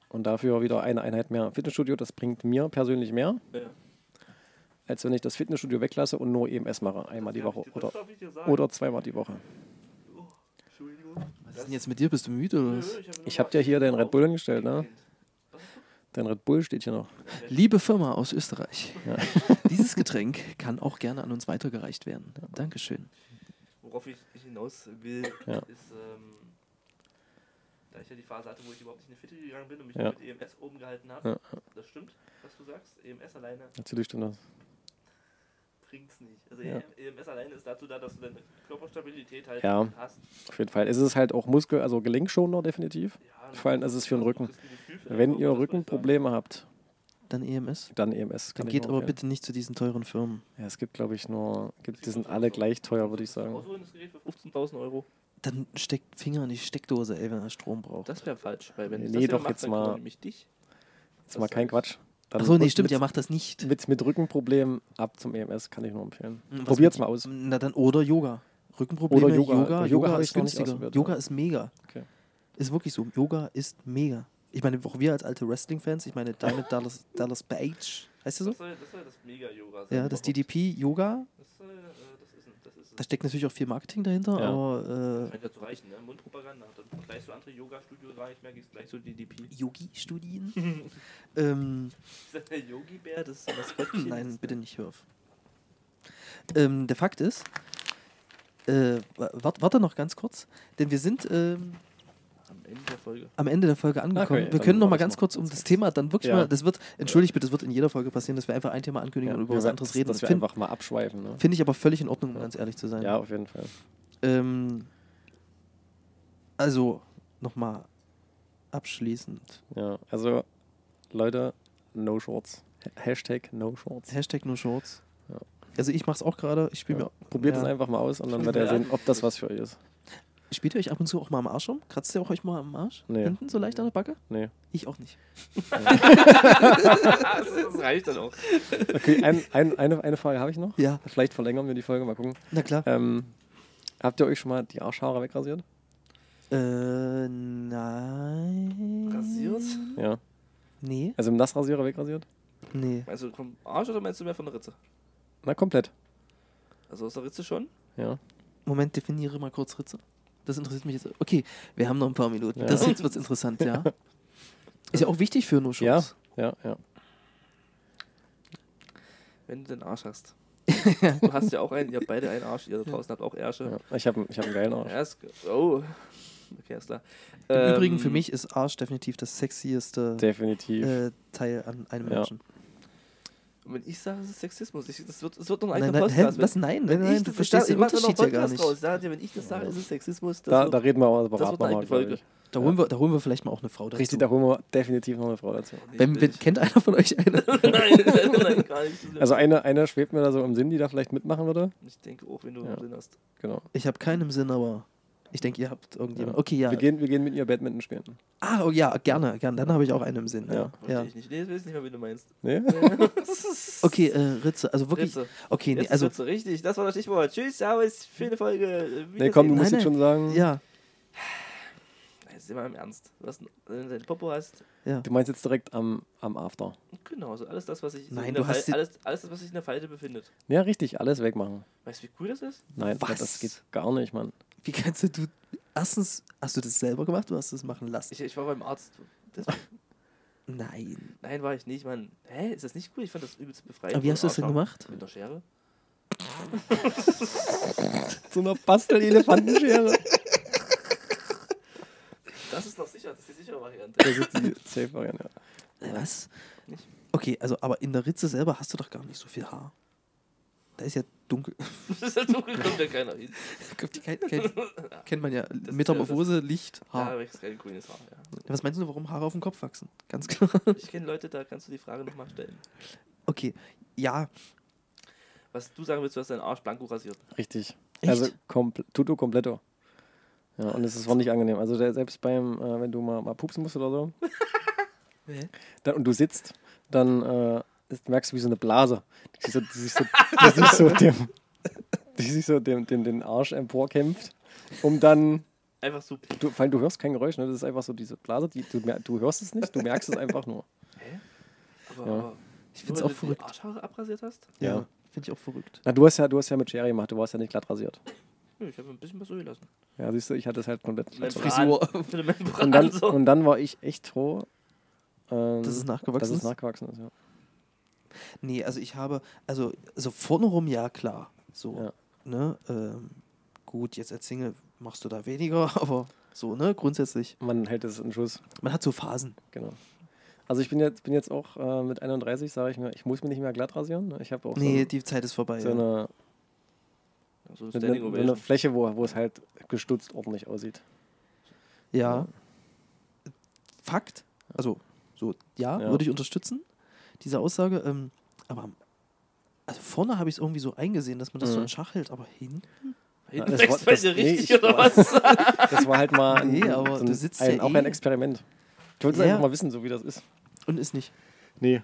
B: Und dafür wieder eine Einheit mehr im Fitnessstudio. Das bringt mir persönlich mehr,
C: Ja.
B: als wenn ich das Fitnessstudio weglasse und nur EMS mache. Einmal die
C: Das
B: Woche
C: darf ich dir-
B: oder,
C: das darf ich dir sagen.
B: oder zweimal die Woche.
C: Oh, Entschuldigung.
A: Was ist denn jetzt mit dir? Bist du müde oder was?
B: Ich habe dir hier den Red Bull hingestellt, ne? Dein Red Bull steht hier noch.
A: Liebe Firma aus Österreich, dieses Getränk kann auch gerne an uns weitergereicht werden. Dankeschön.
C: Worauf ich ich hinaus will,
B: Ja.
C: ist, ähm, da ich ja die Phase hatte, wo ich überhaupt nicht in die Fitte gegangen bin und mich
B: Ja.
C: nur mit EMS oben gehalten habe.
B: Ja.
C: Das stimmt, was du sagst. EMS E alleine
B: Natürlich stimmt das.
C: bringt's nicht. Also
B: Ja.
C: EMS alleine ist dazu da, dass du deine Körperstabilität halt
B: Ja.
C: hast.
B: Auf jeden Fall. Es ist halt auch Muskel, also Gelenkschonender definitiv.
C: Ja,
B: Vor allem ist es für den
C: das
B: Rücken.
C: ist ein Gefühl für
B: Wenn
C: den Körper,
B: ihr
C: muss man sagen.
B: Rückenprobleme habt,
A: Dann EMS.
B: dann E EMS.
A: Dann
B: ich
A: geht
B: nur
A: aber
B: empfehlen.
A: bitte nicht zu diesen teuren Firmen.
B: Ja, es gibt, glaube ich, nur, gibt, die sind alle gleich teuer, würde ich sagen.
C: Ausruhen, das Gerät für 15.000 Euro.
A: Dann steckt Finger in die Steckdose, ey, wenn er Strom braucht.
C: Das wäre falsch, weil wenn
B: Nee,
C: du das
B: doch,
C: macht,
B: jetzt
C: dann kriegen wir
B: mal-
C: nämlich dich.
B: Das war kein Quatsch. Dann
A: Achso, nee,
B: Also mit-
A: stimmt,
B: mit,
A: er macht das nicht.
B: Mit, mit Rückenproblemen ab zum EMS kann ich nur empfehlen.
A: Was
B: Probiert's
A: mit-
B: mal aus.
A: Na dann, oder Yoga. Rückenprobleme,
B: Oder Yoga.
A: Yoga. Yoga,
B: Yoga hab
A: ist
B: ich noch nicht
A: günstiger.
B: ausprobiert,
A: Yoga
B: ja.
A: ist mega.
B: Okay.
A: Ist wirklich so. Yoga ist mega. Ich meine, auch wir als alte Wrestling-Fans, ich meine, Diamond Dallas, Dallas Page, heißt der so?
C: Das soll das, soll das Mega-Yoga sein.
A: Ja, das
C: überhaupt.
A: DDP-Yoga,
C: Das, soll, äh, das ist ein, das ist ein.
A: da steckt natürlich auch viel Marketing dahinter,
B: Ja.
A: aber äh,
C: scheint ja zu reichen, ne? Mundpropaganda. Dann gleich so andere Yoga-Studio gar nicht mehr, gehst gleich zu DDP.
A: äh, Yogi-Studien. ähm,
C: Ist das der Yogi-Bär? Das ist das Maskottchen
A: Nein,
C: jetzt,
A: bitte
C: ne?
A: nicht, hör auf. Ähm, der Fakt ist, äh, wa- wart, warte noch ganz kurz, denn wir sind ähm,
C: Am Ende der Folge.
A: am Ende der Folge angekommen.
B: Okay,
A: wir
B: dann
A: können noch
B: mach
A: mal
B: ich
A: ganz
B: noch.
A: kurz um das Thema, dann wirklich
B: Ja.
A: mal, das wird, entschuldigt bitte, das wird in jeder Folge passieren, dass wir einfach ein Thema ankündigen
B: Ja,
A: und über
B: wir
A: was
B: werden-
A: anderes reden.
B: Dass
A: Das
B: wir
A: finde
B: einfach mal abschweifen. Ne?
A: find ich aber völlig in Ordnung, um
B: Ja.
A: ganz ehrlich zu sein.
B: Ja, auf jeden Fall.
A: Ähm, also, nochmal abschließend.
B: Ja, also Leute, no shorts. Ha- Hashtag no shorts.
A: Hashtag nur Shorts.
B: Ja.
A: Also ich mach's auch gerade. Ich spiele
B: Ja.
A: mir.
B: Probiert es
A: Ja.
B: einfach mal aus und dann werdet ihr
C: Ja.
B: sehen, ob das was für euch ist.
A: Spielt ihr euch ab und zu auch mal am Arsch rum? Kratzt ihr auch euch mal am Arsch?
B: Nee.
A: Hinten so leicht an der Backe?
B: Nee.
A: Ich auch nicht.
C: Ah, das, das reicht dann auch.
B: Okay, ein, ein, eine, eine Frage habe ich noch.
A: Ja,
B: Vielleicht verlängern wir die Folge, mal gucken.
A: na klar.
B: Ähm, habt ihr euch schon mal die Arschhaare wegrasiert?
A: Äh, nein.
C: Rasiert?
B: Ja.
A: Nee,
B: Also im Nassrasierer wegrasiert?
A: nee.
C: Meinst du vom Arsch oder Also, meinst du mehr von der Ritze?
B: Na, komplett.
C: Also aus der Ritze schon?
B: Ja.
A: Moment, definiere mal kurz Ritze. Das interessiert mich jetzt. Okay, wir haben noch ein paar Minuten.
B: Ja.
A: Das jetzt wird's interessant, ja. Ist ja auch wichtig für nur
B: Ja,
A: Schutz.
B: ja, ja.
C: Wenn du den Arsch hast. du hast ja auch einen, ihr habt beide einen Arsch, ihr da draußen habt auch Ärsche.
B: ja. Ich habe ich hab einen geilen Arsch.
C: Ja. ist ge- oh. Okay, ist klar.
A: Im Übrigen
C: Ähm,
A: für mich ist Arsch definitiv das sexieste
B: Definitiv.
A: äh, Teil an einem
B: Ja.
A: Menschen.
C: Wenn ich sage, das ist Sexismus, ich, das, wird, das wird noch ein
A: Nein,
C: eigener
A: nein, hä,
C: Podcast.
A: was?
C: Wenn-
A: Nein,
C: wenn
A: nein, nein, du
C: ich das sag,
A: verstehst
C: ich
A: den
C: mach da noch
A: Unterschied ja gar
C: Podcast
A: nicht.
C: raus. Ich sag dir, wenn ich das sage, ist es Sexismus. Das
B: da,
C: wird-
B: da reden wir aber
C: das
B: separat
C: wird
B: nochmal,
C: eine eigene
B: glaub
C: Folge.
B: ich.
A: Da holen, wir, da holen wir vielleicht mal auch eine Frau dazu.
B: Richtig, da holen wir definitiv noch eine Frau dazu.
A: Wenn, wenn, kennt einer von euch eine?
C: nein, nein, nein, gar nicht.
B: Also eine, eine schwebt mir da so im Sinn, die da vielleicht mitmachen würde.
C: ich denke auch, wenn du
B: Ja.
C: Sinn hast.
B: Genau.
A: Ich habe keinen im Sinn, aber ich denke, ihr habt irgendjemanden.
B: Ja.
A: Okay, ja.
B: Wir, gehen, wir gehen mit ihr Badminton spielen.
A: Ah, oh, ja, gerne, gerne. Dann habe ich auch einen im Sinn. Ja.
C: Verstehe
A: Ja.
C: ich nicht. Nee, ich weiß nicht mehr, wen du meinst.
B: Nee?
A: Okay, äh, Ritze, also wirklich.
C: Ritze.
A: Okay, nee,
C: Jetzt also
A: also.
C: so richtig, das war das Stichwort. Tschüss, Servus, schöne Folge. äh,
B: Nee, komm, du
A: Nein,
B: musst jetzt
A: nein.
B: schon sagen.
A: Ja,
C: Wiedersehen. Jetzt sind wir im Ernst. Was, wenn du deinen Popo hast,
A: ja.
B: Du meinst jetzt direkt am, am After.
C: genau, so alles das, was sich so
A: Nein,
C: in der
A: du hast
C: Fal-
A: die-
C: alles, alles das, was sich in der Falte befindet.
B: Ja, richtig, alles wegmachen.
C: Weißt du, wie cool das ist?
B: Nein,
A: Was?
B: das geht gar nicht, Mann.
A: Wie kannst du, du. Erstens, hast du das selber gemacht? Du hast das machen lassen.
C: Ich, ich war beim Arzt. Das,
A: Nein.
C: nein, war ich nicht, Mann. Hä, ist das nicht cool? Ich fand das übelst befreiend.
A: Aber wie hast du das denn gemacht?
C: Mit einer Schere?
B: So eine Bastel-Elefantenschere.
C: Das ist noch sicher, das ist die sichere Variante.
B: das ist die Safe-Variante.
A: Äh, Was?
C: Nicht.
A: Okay, also, aber in der Ritze selber hast du doch gar nicht so viel Haar. Da ist ja dunkel.
C: Das ist ja dunkel, kommt ja keiner hin.
A: Kommt die kein- kein- Kennt man ja.
C: das-
A: Metamorphose, Licht,
C: Da
A: Haar.
C: wächst kein grünes Haar. Ja.
A: Was meinst du, warum Haare auf dem Kopf wachsen? Ganz klar.
C: Ich kenne Leute, da kannst du die Frage nochmal stellen.
A: Okay, ja,
C: Was du sagen willst, du hast deinen Arsch blanko rasiert.
B: Richtig.
A: Echt?
B: Also kompl tutto completo. Ja, und es ist auch nicht angenehm. Also der, selbst beim, äh, wenn du mal, mal pupsen musst oder so, dann, und du sitzt, dann äh, ist, merkst du wie so eine Blase, die sich so, die sich so, die sich so, dem, die sich so dem, dem, den Arsch emporkämpft, um dann,
C: Einfach so.
B: du, vor allem du hörst kein Geräusch, ne? das ist einfach so diese Blase, die, du, mer- du hörst es nicht, du merkst es einfach nur.
C: Hä? Aber,
B: Ja.
C: aber ich
A: find's auch verrückt.
C: Die Arschhaare abrasiert hast?
A: ja.
B: Ja.
A: Finde ich auch verrückt.
B: Na, du hast ja, du hast ja mit Sherry gemacht, du warst ja nicht glatt rasiert.
C: Nö, ich habe ein bisschen was so gelassen.
B: Ja, siehst du, ich hatte es halt komplett.
C: Membran.
A: Frisur.
C: Für die Membran.
B: Und dann,
C: so.
B: und dann war ich echt froh, ähm,
A: Dass es
B: dass
A: nachgewachsen
B: es
A: ist?
B: nachgewachsen ist. Ja.
A: Nee, also ich habe, also, also vorne rum ja klar. So,
B: Ja.
A: ne? Ähm, gut, jetzt als Single machst du da weniger, aber so, ne? Grundsätzlich.
B: Man hält es in Schuss,
A: Man hat so Phasen.
B: genau. Also ich bin jetzt, bin jetzt auch äh, mit 31, sage ich mir, ich muss mich nicht mehr glatt rasieren. ne? Ich habe auch so
A: Nee,
B: ein-
A: die Zeit ist vorbei.
B: so
A: ja.
B: eine,
C: So ein
B: so eine,
C: Standing
B: so eine
C: Ovation.
B: Fläche, wo, wo es halt gestutzt ordentlich aussieht.
A: Ja. Fakt. Also, so, ja,
B: Ja.
A: würde ich unterstützen, diese Aussage. Ähm, aber also vorne habe ich es irgendwie so eingesehen, dass man das so
B: Mhm.
A: in Schach hält, aber hinten.
C: Hinten
B: das war-
C: wächst bei dir
B: das- nee,
C: richtig,
B: ich-
C: oder was?
B: Das war halt mal
A: Nee, aber
B: so
A: du sitzt
B: ein,
A: ja
B: auch
A: eh.
B: ein Experiment. Ich wollte es
A: Ja.
B: einfach mal wissen, so wie das ist.
A: Und ist nicht.
B: Nee.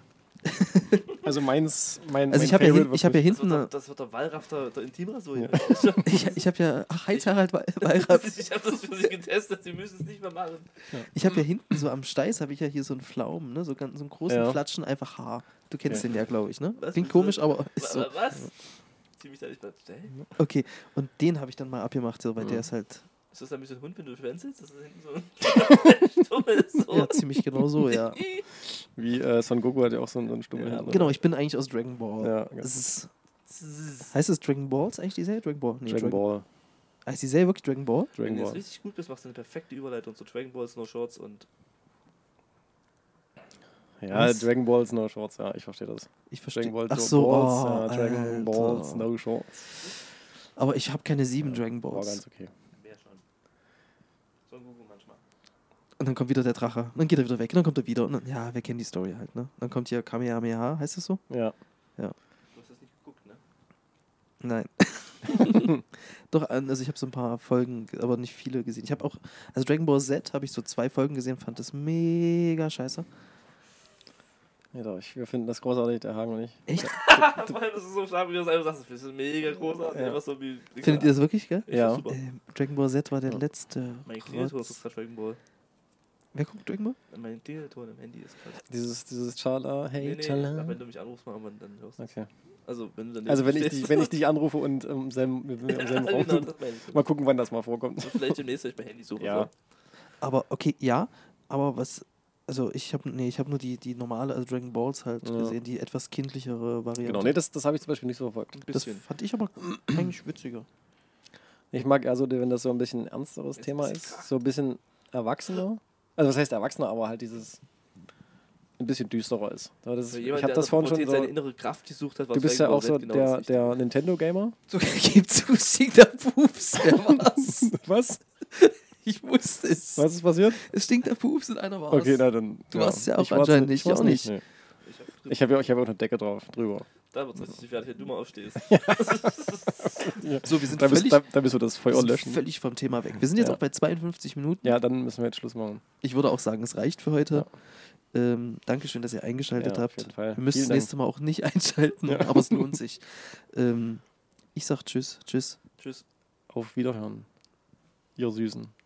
B: also meins, mein
A: Also
B: mein
A: ich habe ja,
B: Favorite
A: hin,
B: wird
A: ich hab ja
B: nicht-
C: Also, Das
A: hinten
C: wird doch,
A: eine,
C: das wird der Wallraff der, der Intimrasur
B: Ja.
C: hier.
A: ich, ich habe ja, ach, halt hi Harald Wal- Wallraff.
C: Ich habe das für sie getestet, sie müssen es nicht mehr machen.
A: Ich habe ja hinten so am Steiß, habe ich ja hier so einen Pflaumen, ne? so, ganz, so einen großen
B: Ja.
A: Flatschen, einfach Haar. Du kennst
B: Ja.
A: den ja, glaube ich, ne?
C: Was?
A: Klingt komisch, aber ist so.
C: Wa- Was? Zieh mich da nicht mal. Hey,
A: Okay, und den habe ich dann mal abgemacht, so, weil der ist halt
C: ist das ein bisschen Hund, wenn du schwänzelst? Das ist hinten so ein stummes so.
A: ja, ziemlich genau so, ja.
B: Wie äh, Son Goku hat ja auch so einen, so einen Stummel.
C: Ja,
B: Hintern.
A: Genau, ich bin eigentlich aus Dragon Ball.
B: Ja, genau.
A: Es ist, heißt es Dragon Balls eigentlich die Serie? Dragon Ball? Nee,
B: Dragon Ball.
A: Heißt die Serie wirklich Dragon Ball?
C: Wenn
B: Dragon
C: du jetzt
B: Ball.
C: richtig gut bist, machst du eine perfekte Überleitung zu Dragon Balls, No Shorts und
B: Ja,
A: Was?
B: Dragon Balls, no shorts. Ja, ich verstehe das.
A: Ich verstehe.
B: Dragon Balls,
A: Ach
B: no
A: so,
B: balls.
A: oh,
B: ja, Dragon
A: Alter.
B: Balls, no shorts.
A: Aber ich habe keine sieben Dragon
B: War
A: Balls.
B: ganz okay.
C: mehr schon. So ein Google manchmal.
A: Und dann kommt wieder der Drache. Und dann geht er wieder weg. Und dann kommt er wieder. Und dann, ja, wir kennen die Story halt, ne? Dann kommt hier Kamehameha, heißt das so?
B: Ja.
C: Du hast das nicht geguckt, ne?
A: Nein. Doch, also ich habe so ein paar Folgen, aber nicht viele gesehen. Ich habe auch, also Dragon Ball Z habe ich so zwei Folgen gesehen, fand das mega scheiße.
B: ja doch, ich, wir finden das großartig, der Hagen und ich.
A: Echt?
C: Vor allem ist es so schade, wie du das einfach sagst. Das ist mega großartig.
B: Ja.
C: Einfach so wie.
A: Findet ihr das wirklich, gell?
C: Ich
B: Ja.
C: find's Super.
A: Ähm, Dragon Ball Z war der
B: Ja.
A: letzte.
C: Mein Klingelton
A: Rotz.
C: ist gerade Dragon Ball.
A: Wer guckt Dragon Ball?
C: Mein Klingelton im Handy ist gerade.
B: Dieses, dieses Chala, hey,
C: Nee, nee,
B: Chala.
C: na, wenn du mich anrufst, mal irgendwann, dann hörst du.
B: Okay.
C: Also, wenn du dann
B: Also wenn ich,
C: stehst-
B: dich, wenn ich dich anrufe und ähm, im selben, wir sind im selben
C: Ja,
B: Raum
C: genau,
B: sind.
C: das meine ich.
B: Mal gucken, wann das mal vorkommt.
C: Also Vielleicht demnächst, wenn ich mein Handy suche.
B: Ja.
A: Aber okay, ja, aber was. Also ich habe nee, ich habe nur die, die normale, also Dragon Balls halt
B: Ja.
A: gesehen, die etwas kindlichere Variante.
B: Genau, nee, das, das habe ich zum Beispiel nicht so verfolgt.
C: Ein
A: das
C: bisschen.
A: fand ich aber eigentlich witziger.
B: Ich mag eher so, wenn das so ein bisschen ernsteres
C: Jetzt
B: Thema
C: ist
B: ist, so ein bisschen erwachsener. Also was heißt erwachsener, aber halt dieses ein bisschen düsterer ist. So,
A: Also
B: Das ist
C: Für
B: ich
C: Also, jemand,
B: habe
C: der
B: das
C: aus der
B: vorhin schon
C: Pubertät seine
B: so...
C: innere Kraft gesucht hat, war
B: Du bist ja
C: Dragon
B: auch
C: Ball
B: so
C: Z genau
B: der,
C: das Richtige.
B: der Nintendo-Gamer.
A: So gib zu, sing der Pups, der war's.
B: Was?
A: Ich wusste es.
B: Was ist passiert?
A: Es stinkt der Pups und einer war's.
B: Okay, na dann.
A: Oh, Du warst ja auch
B: Ich war's
A: anscheinend nicht,
B: ich war's
A: auch nicht.
B: Nee.
C: Ich hab-
B: Ich habe ja, ich hab ja auch eine Decke drauf, drüber.
C: Da wird es richtig gefährlich, wenn du mal aufstehst.
A: So, wir sind,
B: Da bist,
A: völlig,
B: da, da bist du das
A: wir
B: Feuer
A: sind
B: löschen.
A: völlig vom Thema weg. Wir sind jetzt
B: Ja.
A: auch bei 52 Minuten.
B: Ja, dann müssen wir jetzt Schluss machen.
A: Ich würde auch sagen, es reicht für heute. Ähm, Dankeschön, dass ihr eingeschaltet
B: Ja, auf
A: habt.
B: jeden Fall.
A: Wir müssen
B: Vielen
A: das nächste Mal auch nicht einschalten,
B: Ja.
A: aber es lohnt sich. Ähm, ich sag Tschüss, Tschüss.
C: Tschüss.
B: Auf Wiederhören. Ihr Süßen.